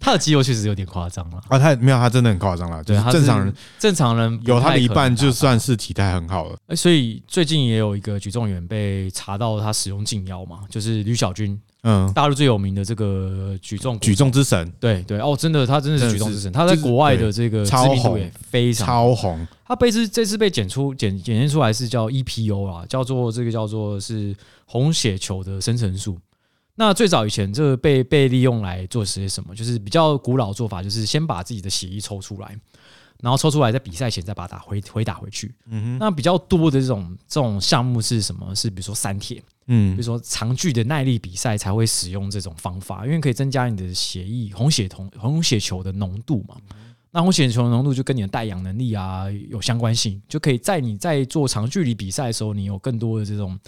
[SPEAKER 2] 他的肌肉确实有点夸张了。
[SPEAKER 1] 啊，他没有，他真的很夸张了，就
[SPEAKER 2] 对，
[SPEAKER 1] 是
[SPEAKER 2] 他
[SPEAKER 1] 正
[SPEAKER 2] 是
[SPEAKER 1] 常人
[SPEAKER 2] 正常人
[SPEAKER 1] 有他的一半就算
[SPEAKER 2] 算。
[SPEAKER 1] 是体态很好了。
[SPEAKER 2] 哎所以最近也有一个举重员被查到他使用禁药嘛，就是吕小军，
[SPEAKER 1] 嗯，
[SPEAKER 2] 大陆最有名的这个举重
[SPEAKER 1] 举，重之神
[SPEAKER 2] 对对哦，真的他真的
[SPEAKER 1] 真的
[SPEAKER 2] 是举重之神，
[SPEAKER 1] 是
[SPEAKER 2] 他在国外的这
[SPEAKER 1] 就
[SPEAKER 2] 个
[SPEAKER 1] 是
[SPEAKER 2] 知
[SPEAKER 1] 对超
[SPEAKER 2] 名度
[SPEAKER 1] 红
[SPEAKER 2] 也非常
[SPEAKER 1] 超红，
[SPEAKER 2] 他被是这次被检出检检验出来是叫 EPO 啊，叫做这个叫做是红血球的生成素。那最早以前这个被被利用来做些什么？就是比较古老的做法，就是先把自己的血液抽出来，然后抽出来在比赛前再把它打回回打回去。
[SPEAKER 1] 嗯哼，
[SPEAKER 2] 那比较多的这种这种项目是什么？是比如说三铁，比如
[SPEAKER 1] 嗯
[SPEAKER 2] 说长距的耐力比赛才会使用这种方法，因为可以增加你的血液红血酮红血球的浓度嘛。
[SPEAKER 1] 嗯
[SPEAKER 2] 那红血球的浓度就跟你的带氧能力啊有相关性，就可以在你在做长距离比赛的时候，你有更多的这种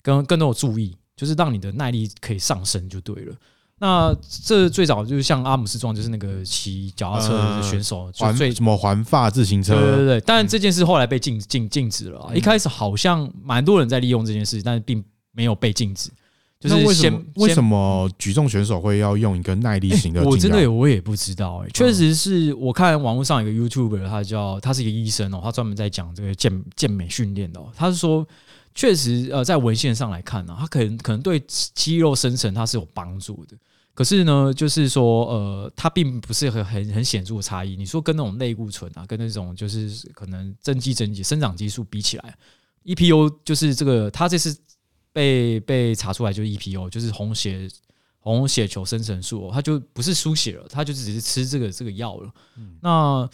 [SPEAKER 2] 跟更多的注意，就是让你的耐力可以上升就对了。那这最早就是像阿姆斯壮，就是那个骑脚踏车的
[SPEAKER 1] 嗯
[SPEAKER 2] 选手，就
[SPEAKER 1] 环
[SPEAKER 2] 最
[SPEAKER 1] 什么环发自行
[SPEAKER 2] 对对
[SPEAKER 1] 车，嗯
[SPEAKER 2] 对，但这件事后来被禁禁禁止了啊。一开始好像蛮多人在利用这件事，但是并没有被禁止。就
[SPEAKER 1] 那
[SPEAKER 2] 是
[SPEAKER 1] 为什
[SPEAKER 2] 先
[SPEAKER 1] 么为
[SPEAKER 2] 先
[SPEAKER 1] 什么举重选手会要用一个耐力型的竞
[SPEAKER 2] 我
[SPEAKER 1] 标？
[SPEAKER 2] 真的也我也不知道哎、确实是我看网络上有一个 YouTuber，他叫他是一个医生哦，他专门在讲这个健健美训练的、哦。他是说，确实呃，在文献上来看呢、啊他可能可能对肌肉生成它是有帮助的。可是呢，就是说，呃，它并不是很很很显著的差异。你说跟那种类固醇啊，跟那种就是可能增肌增肌生长激素比起来，EPO 就是这个，它这次被被查出来就是 EPO，就是红血红血球生成素、哦，它就不是输血了，它就只是吃这个这个药了。那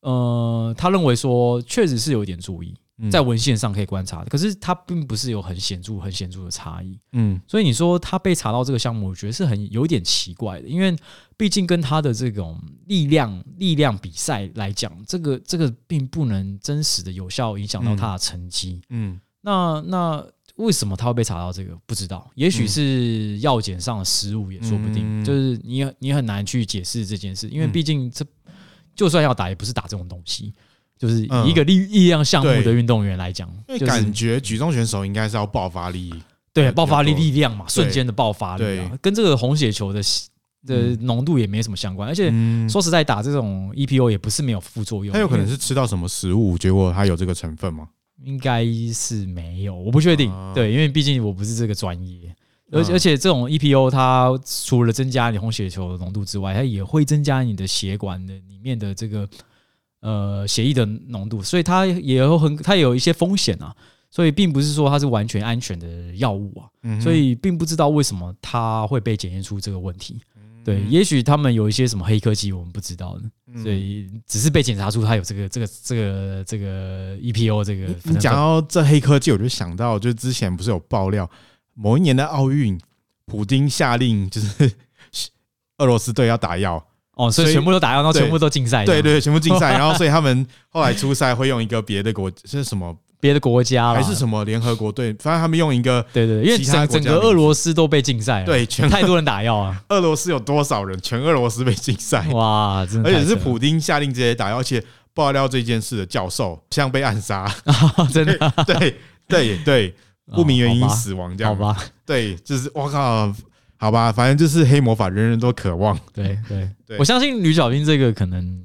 [SPEAKER 2] 呃，他认为说确实是有一点注意，
[SPEAKER 1] 嗯
[SPEAKER 2] 在文献上可以观察，可是它并不是有很显著、很显著的差异。
[SPEAKER 1] 嗯
[SPEAKER 2] 所以你说他被查到这个项目，我觉得是很有点奇怪的，因为毕竟跟他的这种力量力量比赛来讲，这个这个并不能真实的有效影响到他的成绩。
[SPEAKER 1] 嗯
[SPEAKER 2] 那那为什么他会被查到这个？不知道，也许是药检上的失误也说不定。
[SPEAKER 1] 嗯
[SPEAKER 2] 就是你你很难去解释这件事，因为
[SPEAKER 1] 嗯
[SPEAKER 2] 毕竟这就算要打，也不是打这种东西。就是
[SPEAKER 1] 嗯
[SPEAKER 2] 以一个力力量项目的
[SPEAKER 1] 对
[SPEAKER 2] 运动员来讲，
[SPEAKER 1] 因为
[SPEAKER 2] 就是
[SPEAKER 1] 感觉举重选手应该是要爆发力，
[SPEAKER 2] 对
[SPEAKER 1] 还
[SPEAKER 2] 爆发力
[SPEAKER 1] 比较多
[SPEAKER 2] 力量嘛，瞬
[SPEAKER 1] 对
[SPEAKER 2] 间的爆发力啊
[SPEAKER 1] 对，
[SPEAKER 2] 跟这个红血球的的
[SPEAKER 1] 嗯
[SPEAKER 2] 浓度也没什么相关。而且
[SPEAKER 1] 嗯，
[SPEAKER 2] 说实在，打这种 EPO 也不是没有副作用，
[SPEAKER 1] 他有可能
[SPEAKER 2] 因为
[SPEAKER 1] 是吃到什么食物，结果他有这个成分吗？
[SPEAKER 2] 应该是没有，我不确定
[SPEAKER 1] 啊。
[SPEAKER 2] 对，因为毕竟我不是这个专业，而
[SPEAKER 1] 嗯
[SPEAKER 2] 而且这种 EPO 它除了增加你红血球的浓度之外，它也会增加你的血管的里面的这个呃血液的浓度，所以它也有很它也有一些风险啊。所以并不是说它是完全安全的药物啊，
[SPEAKER 1] 嗯哼，
[SPEAKER 2] 所以并不知道为什么它会被检验出这个问题。对，也许他们有一些什么黑科技，我们不知道的，
[SPEAKER 1] 嗯
[SPEAKER 2] 所以只是被检查出它有这个、这个、这个、这个 EPO 这个。
[SPEAKER 1] 你讲到这黑科技，我就想到，就之前不是有爆料，某一年的奥运，普丁下令就是 俄罗斯队要打药，
[SPEAKER 2] 哦，所以
[SPEAKER 1] 所以
[SPEAKER 2] 全部都打药，然后
[SPEAKER 1] 对
[SPEAKER 2] 全部都禁赛。
[SPEAKER 1] 对，对，全部 竞赛，然后所以他们后来出赛会用一个别的国是什么，
[SPEAKER 2] 别的国家啦
[SPEAKER 1] 还是什么联合国队，反正他们用一个
[SPEAKER 2] 对对，因为
[SPEAKER 1] 其他
[SPEAKER 2] 整
[SPEAKER 1] 国
[SPEAKER 2] 整
[SPEAKER 1] 家
[SPEAKER 2] 个俄罗斯都被禁赛了，，
[SPEAKER 1] 对全
[SPEAKER 2] 太多人打药 啊，
[SPEAKER 1] 俄罗斯有多少人，全俄罗斯被禁赛，
[SPEAKER 2] 哇，真的
[SPEAKER 1] 哎而
[SPEAKER 2] 太扯了，
[SPEAKER 1] 且是普丁下令直接打药，而且爆料这件事的教授像被暗杀，
[SPEAKER 2] 真的
[SPEAKER 1] 对对对， 不明原因死亡这
[SPEAKER 2] 哦好
[SPEAKER 1] 样，
[SPEAKER 2] 吧，
[SPEAKER 1] 对，就是我靠，好吧，反正就是黑魔法，人人都渴望。
[SPEAKER 2] 对对
[SPEAKER 1] 对
[SPEAKER 2] 我相信吕小兵这个可能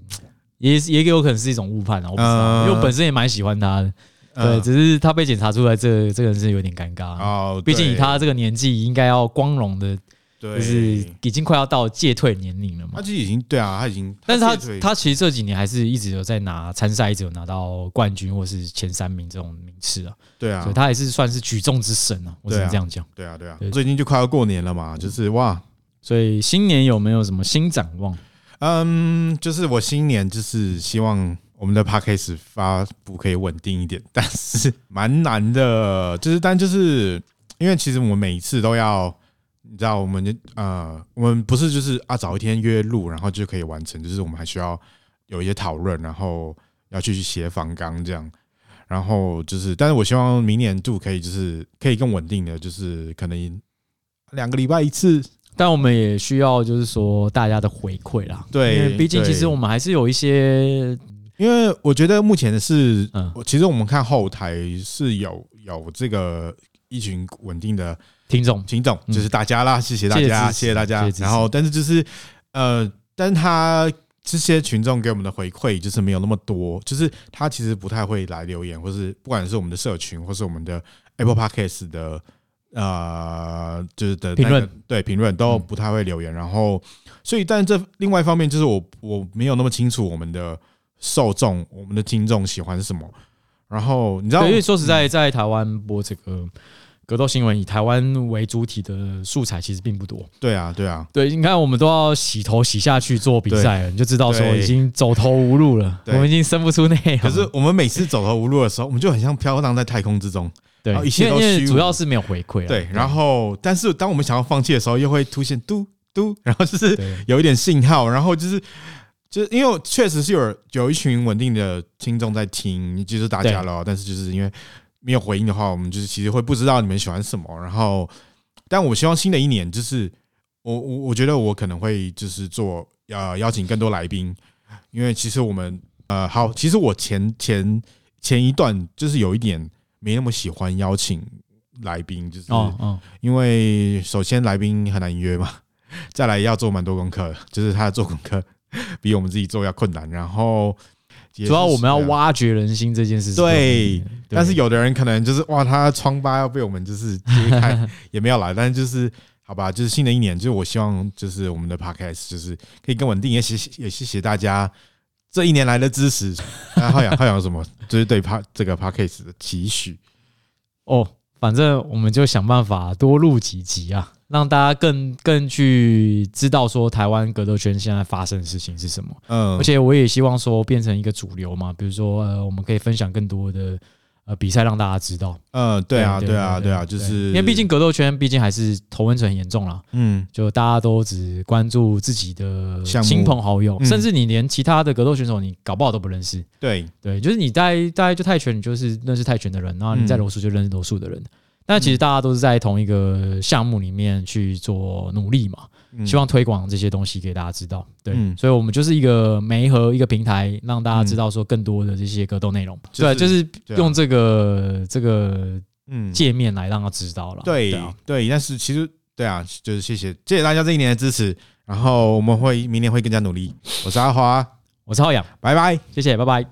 [SPEAKER 2] 也也有可能是一种误判啊，我不知道，
[SPEAKER 1] 呃
[SPEAKER 2] 因为我本身也蛮喜欢他的，对，
[SPEAKER 1] 嗯
[SPEAKER 2] 只是他被检查出来，这这个人是有点尴尬，啊
[SPEAKER 1] 哦，
[SPEAKER 2] 毕竟以
[SPEAKER 1] 对
[SPEAKER 2] 他这个年纪，应该要光荣的，
[SPEAKER 1] 对，
[SPEAKER 2] 就是已经快要到戒退年龄了嘛
[SPEAKER 1] 他。就已经对啊，他已经，
[SPEAKER 2] 但
[SPEAKER 1] 戒
[SPEAKER 2] 是他
[SPEAKER 1] 退
[SPEAKER 2] 他其实这几年还是一直有在拿参赛，一直有拿到冠军或是前三名这种名次啊，
[SPEAKER 1] 对
[SPEAKER 2] 所
[SPEAKER 1] 啊
[SPEAKER 2] 以，他还是算是举重之神啊，我只能
[SPEAKER 1] 对啊
[SPEAKER 2] 这样讲。
[SPEAKER 1] 对啊，对啊
[SPEAKER 2] 对，
[SPEAKER 1] 最近就快要过年了嘛，就是哇，
[SPEAKER 2] 所以新年有没有什么新展望？
[SPEAKER 1] 嗯，就是我新年就是希望我们的 p a c k a g e 发布可以稳定一点， 但是蛮难的，就是但就是因为其实我们每一次都要。你知道，我们就呃，我们不是就是啊，早一天约录，然后就可以完成。就是我们还需要有一些讨论，然后要去写访纲这样。然后就是，但是我希望明年度可以就是可以更稳定的，就是可能两个礼拜一次。
[SPEAKER 2] 但我们也需要就是说大家的回馈啦，
[SPEAKER 1] 对
[SPEAKER 2] 因为毕竟其实
[SPEAKER 1] 对
[SPEAKER 2] 我们还是有一些
[SPEAKER 1] 因为我觉得目前是
[SPEAKER 2] 嗯
[SPEAKER 1] 我其实我们看后台是有有这个一群稳定的
[SPEAKER 2] 听众，
[SPEAKER 1] 听众，
[SPEAKER 2] 嗯
[SPEAKER 1] 就是大家啦，谢谢大家，
[SPEAKER 2] 谢谢支持
[SPEAKER 1] 谢谢大家
[SPEAKER 2] 谢谢支。持
[SPEAKER 1] 然后，但是就是呃，但是他这些群众给我们的回馈就是没有那么多，就是他其实不太会来留言，或是不管是我们的社群，或是我们的 Apple Podcast 的呃，就是的那个
[SPEAKER 2] 评论，
[SPEAKER 1] 对评论都
[SPEAKER 2] 嗯
[SPEAKER 1] 不太会留言。然后，所以，但这另外一方面就是我我没有那么清楚我们的受众，我们的听众喜欢什么。然后你知道
[SPEAKER 2] 对，因，为说实在，在台湾播这个格斗新闻，以台湾为主体的素材其实并不多。
[SPEAKER 1] 对啊，对啊，
[SPEAKER 2] 对，你看我们都要洗头洗下去做比赛了，你就知道说
[SPEAKER 1] 对
[SPEAKER 2] 已经走投无路了，我
[SPEAKER 1] 对
[SPEAKER 2] 们已经生不出内容。
[SPEAKER 1] 可是我们每次走投无路的时候，我们就很像飘荡在太空之中。
[SPEAKER 2] 对，
[SPEAKER 1] 然哦后一切
[SPEAKER 2] 因为
[SPEAKER 1] 都
[SPEAKER 2] 因为
[SPEAKER 1] 虚无
[SPEAKER 2] 主要是没有回馈啊。
[SPEAKER 1] 对，然后但是当我们想要放弃的时候，又会凸显嘟嘟，然后就是
[SPEAKER 2] 对
[SPEAKER 1] 有一点信号，然后就是就是因为确实是有有一群稳定的听众在听，就是大家了，但是就是因为没有回应的话，我们就是其实会不知道你们喜欢什么。然后，但我希望新的一年就是我我我觉得我可能会就是做呃邀请更多来宾，因为其实我们呃好，其实我前前前一段就是有一点没那么喜欢邀请来宾，就是
[SPEAKER 2] 哦哦，
[SPEAKER 1] 因为首先来宾很难约嘛， 再来要做蛮多功课的，就是他的做功课 比我们自己做要困难，然后也是
[SPEAKER 2] 主要我们要
[SPEAKER 1] 这样
[SPEAKER 2] 挖掘人心这件事情。
[SPEAKER 1] 对
[SPEAKER 2] 对，
[SPEAKER 1] 但是有的人可能就是哇，他疮疤要被我们就是揭 开，也没有啦。但是就是好吧，就是新的一年，就是我希望就是我们的 podcast 就是可以更稳定，也谢也谢谢大家这一年来的支持。 啊那浩洋，浩洋有什么就是对 p 这个 podcast 的期许？
[SPEAKER 2] 哦，反正我们就想办法多录几集啊，让大家更更去知道说台湾格斗圈现在发生的事情是什么。
[SPEAKER 1] 嗯，
[SPEAKER 2] 而且我也希望说变成一个主流嘛，比如说呃，我们可以分享更多的呃比赛让大家知道。
[SPEAKER 1] 嗯，对啊，
[SPEAKER 2] 对
[SPEAKER 1] 对啊，
[SPEAKER 2] 对
[SPEAKER 1] 对啊，就是
[SPEAKER 2] 因为毕竟格斗圈毕竟还是头文层很严重啦，
[SPEAKER 1] 嗯
[SPEAKER 2] 就大家都只关注自己的
[SPEAKER 1] 项目
[SPEAKER 2] 亲朋好友，
[SPEAKER 1] 嗯
[SPEAKER 2] 甚至你连其他的格斗选手你搞不好都不认识。
[SPEAKER 1] 对，
[SPEAKER 2] 对，就是你在大概就泰拳，你就是认识泰拳的人，然后你在
[SPEAKER 1] 嗯
[SPEAKER 2] 柔术就认识柔术的人。但其实大家都是在同一个项目里面去做努力嘛，
[SPEAKER 1] 嗯
[SPEAKER 2] 希望推广这些东西给大家知道。对，
[SPEAKER 1] 嗯
[SPEAKER 2] 所以我们就是一个媒和一个平台，让大家知道说更多的这些格斗内容。
[SPEAKER 1] 就是
[SPEAKER 2] 对，就是
[SPEAKER 1] 对啊
[SPEAKER 2] 用这个这个
[SPEAKER 1] 嗯
[SPEAKER 2] 界面来让他知道了。
[SPEAKER 1] 对
[SPEAKER 2] 啊
[SPEAKER 1] 对，但是其实对啊，就是谢谢谢谢大家这一年的支持，然后我们会明年会更加努力。我是阿华，
[SPEAKER 2] 我是浩洋，
[SPEAKER 1] 拜拜。
[SPEAKER 2] 谢谢，拜拜。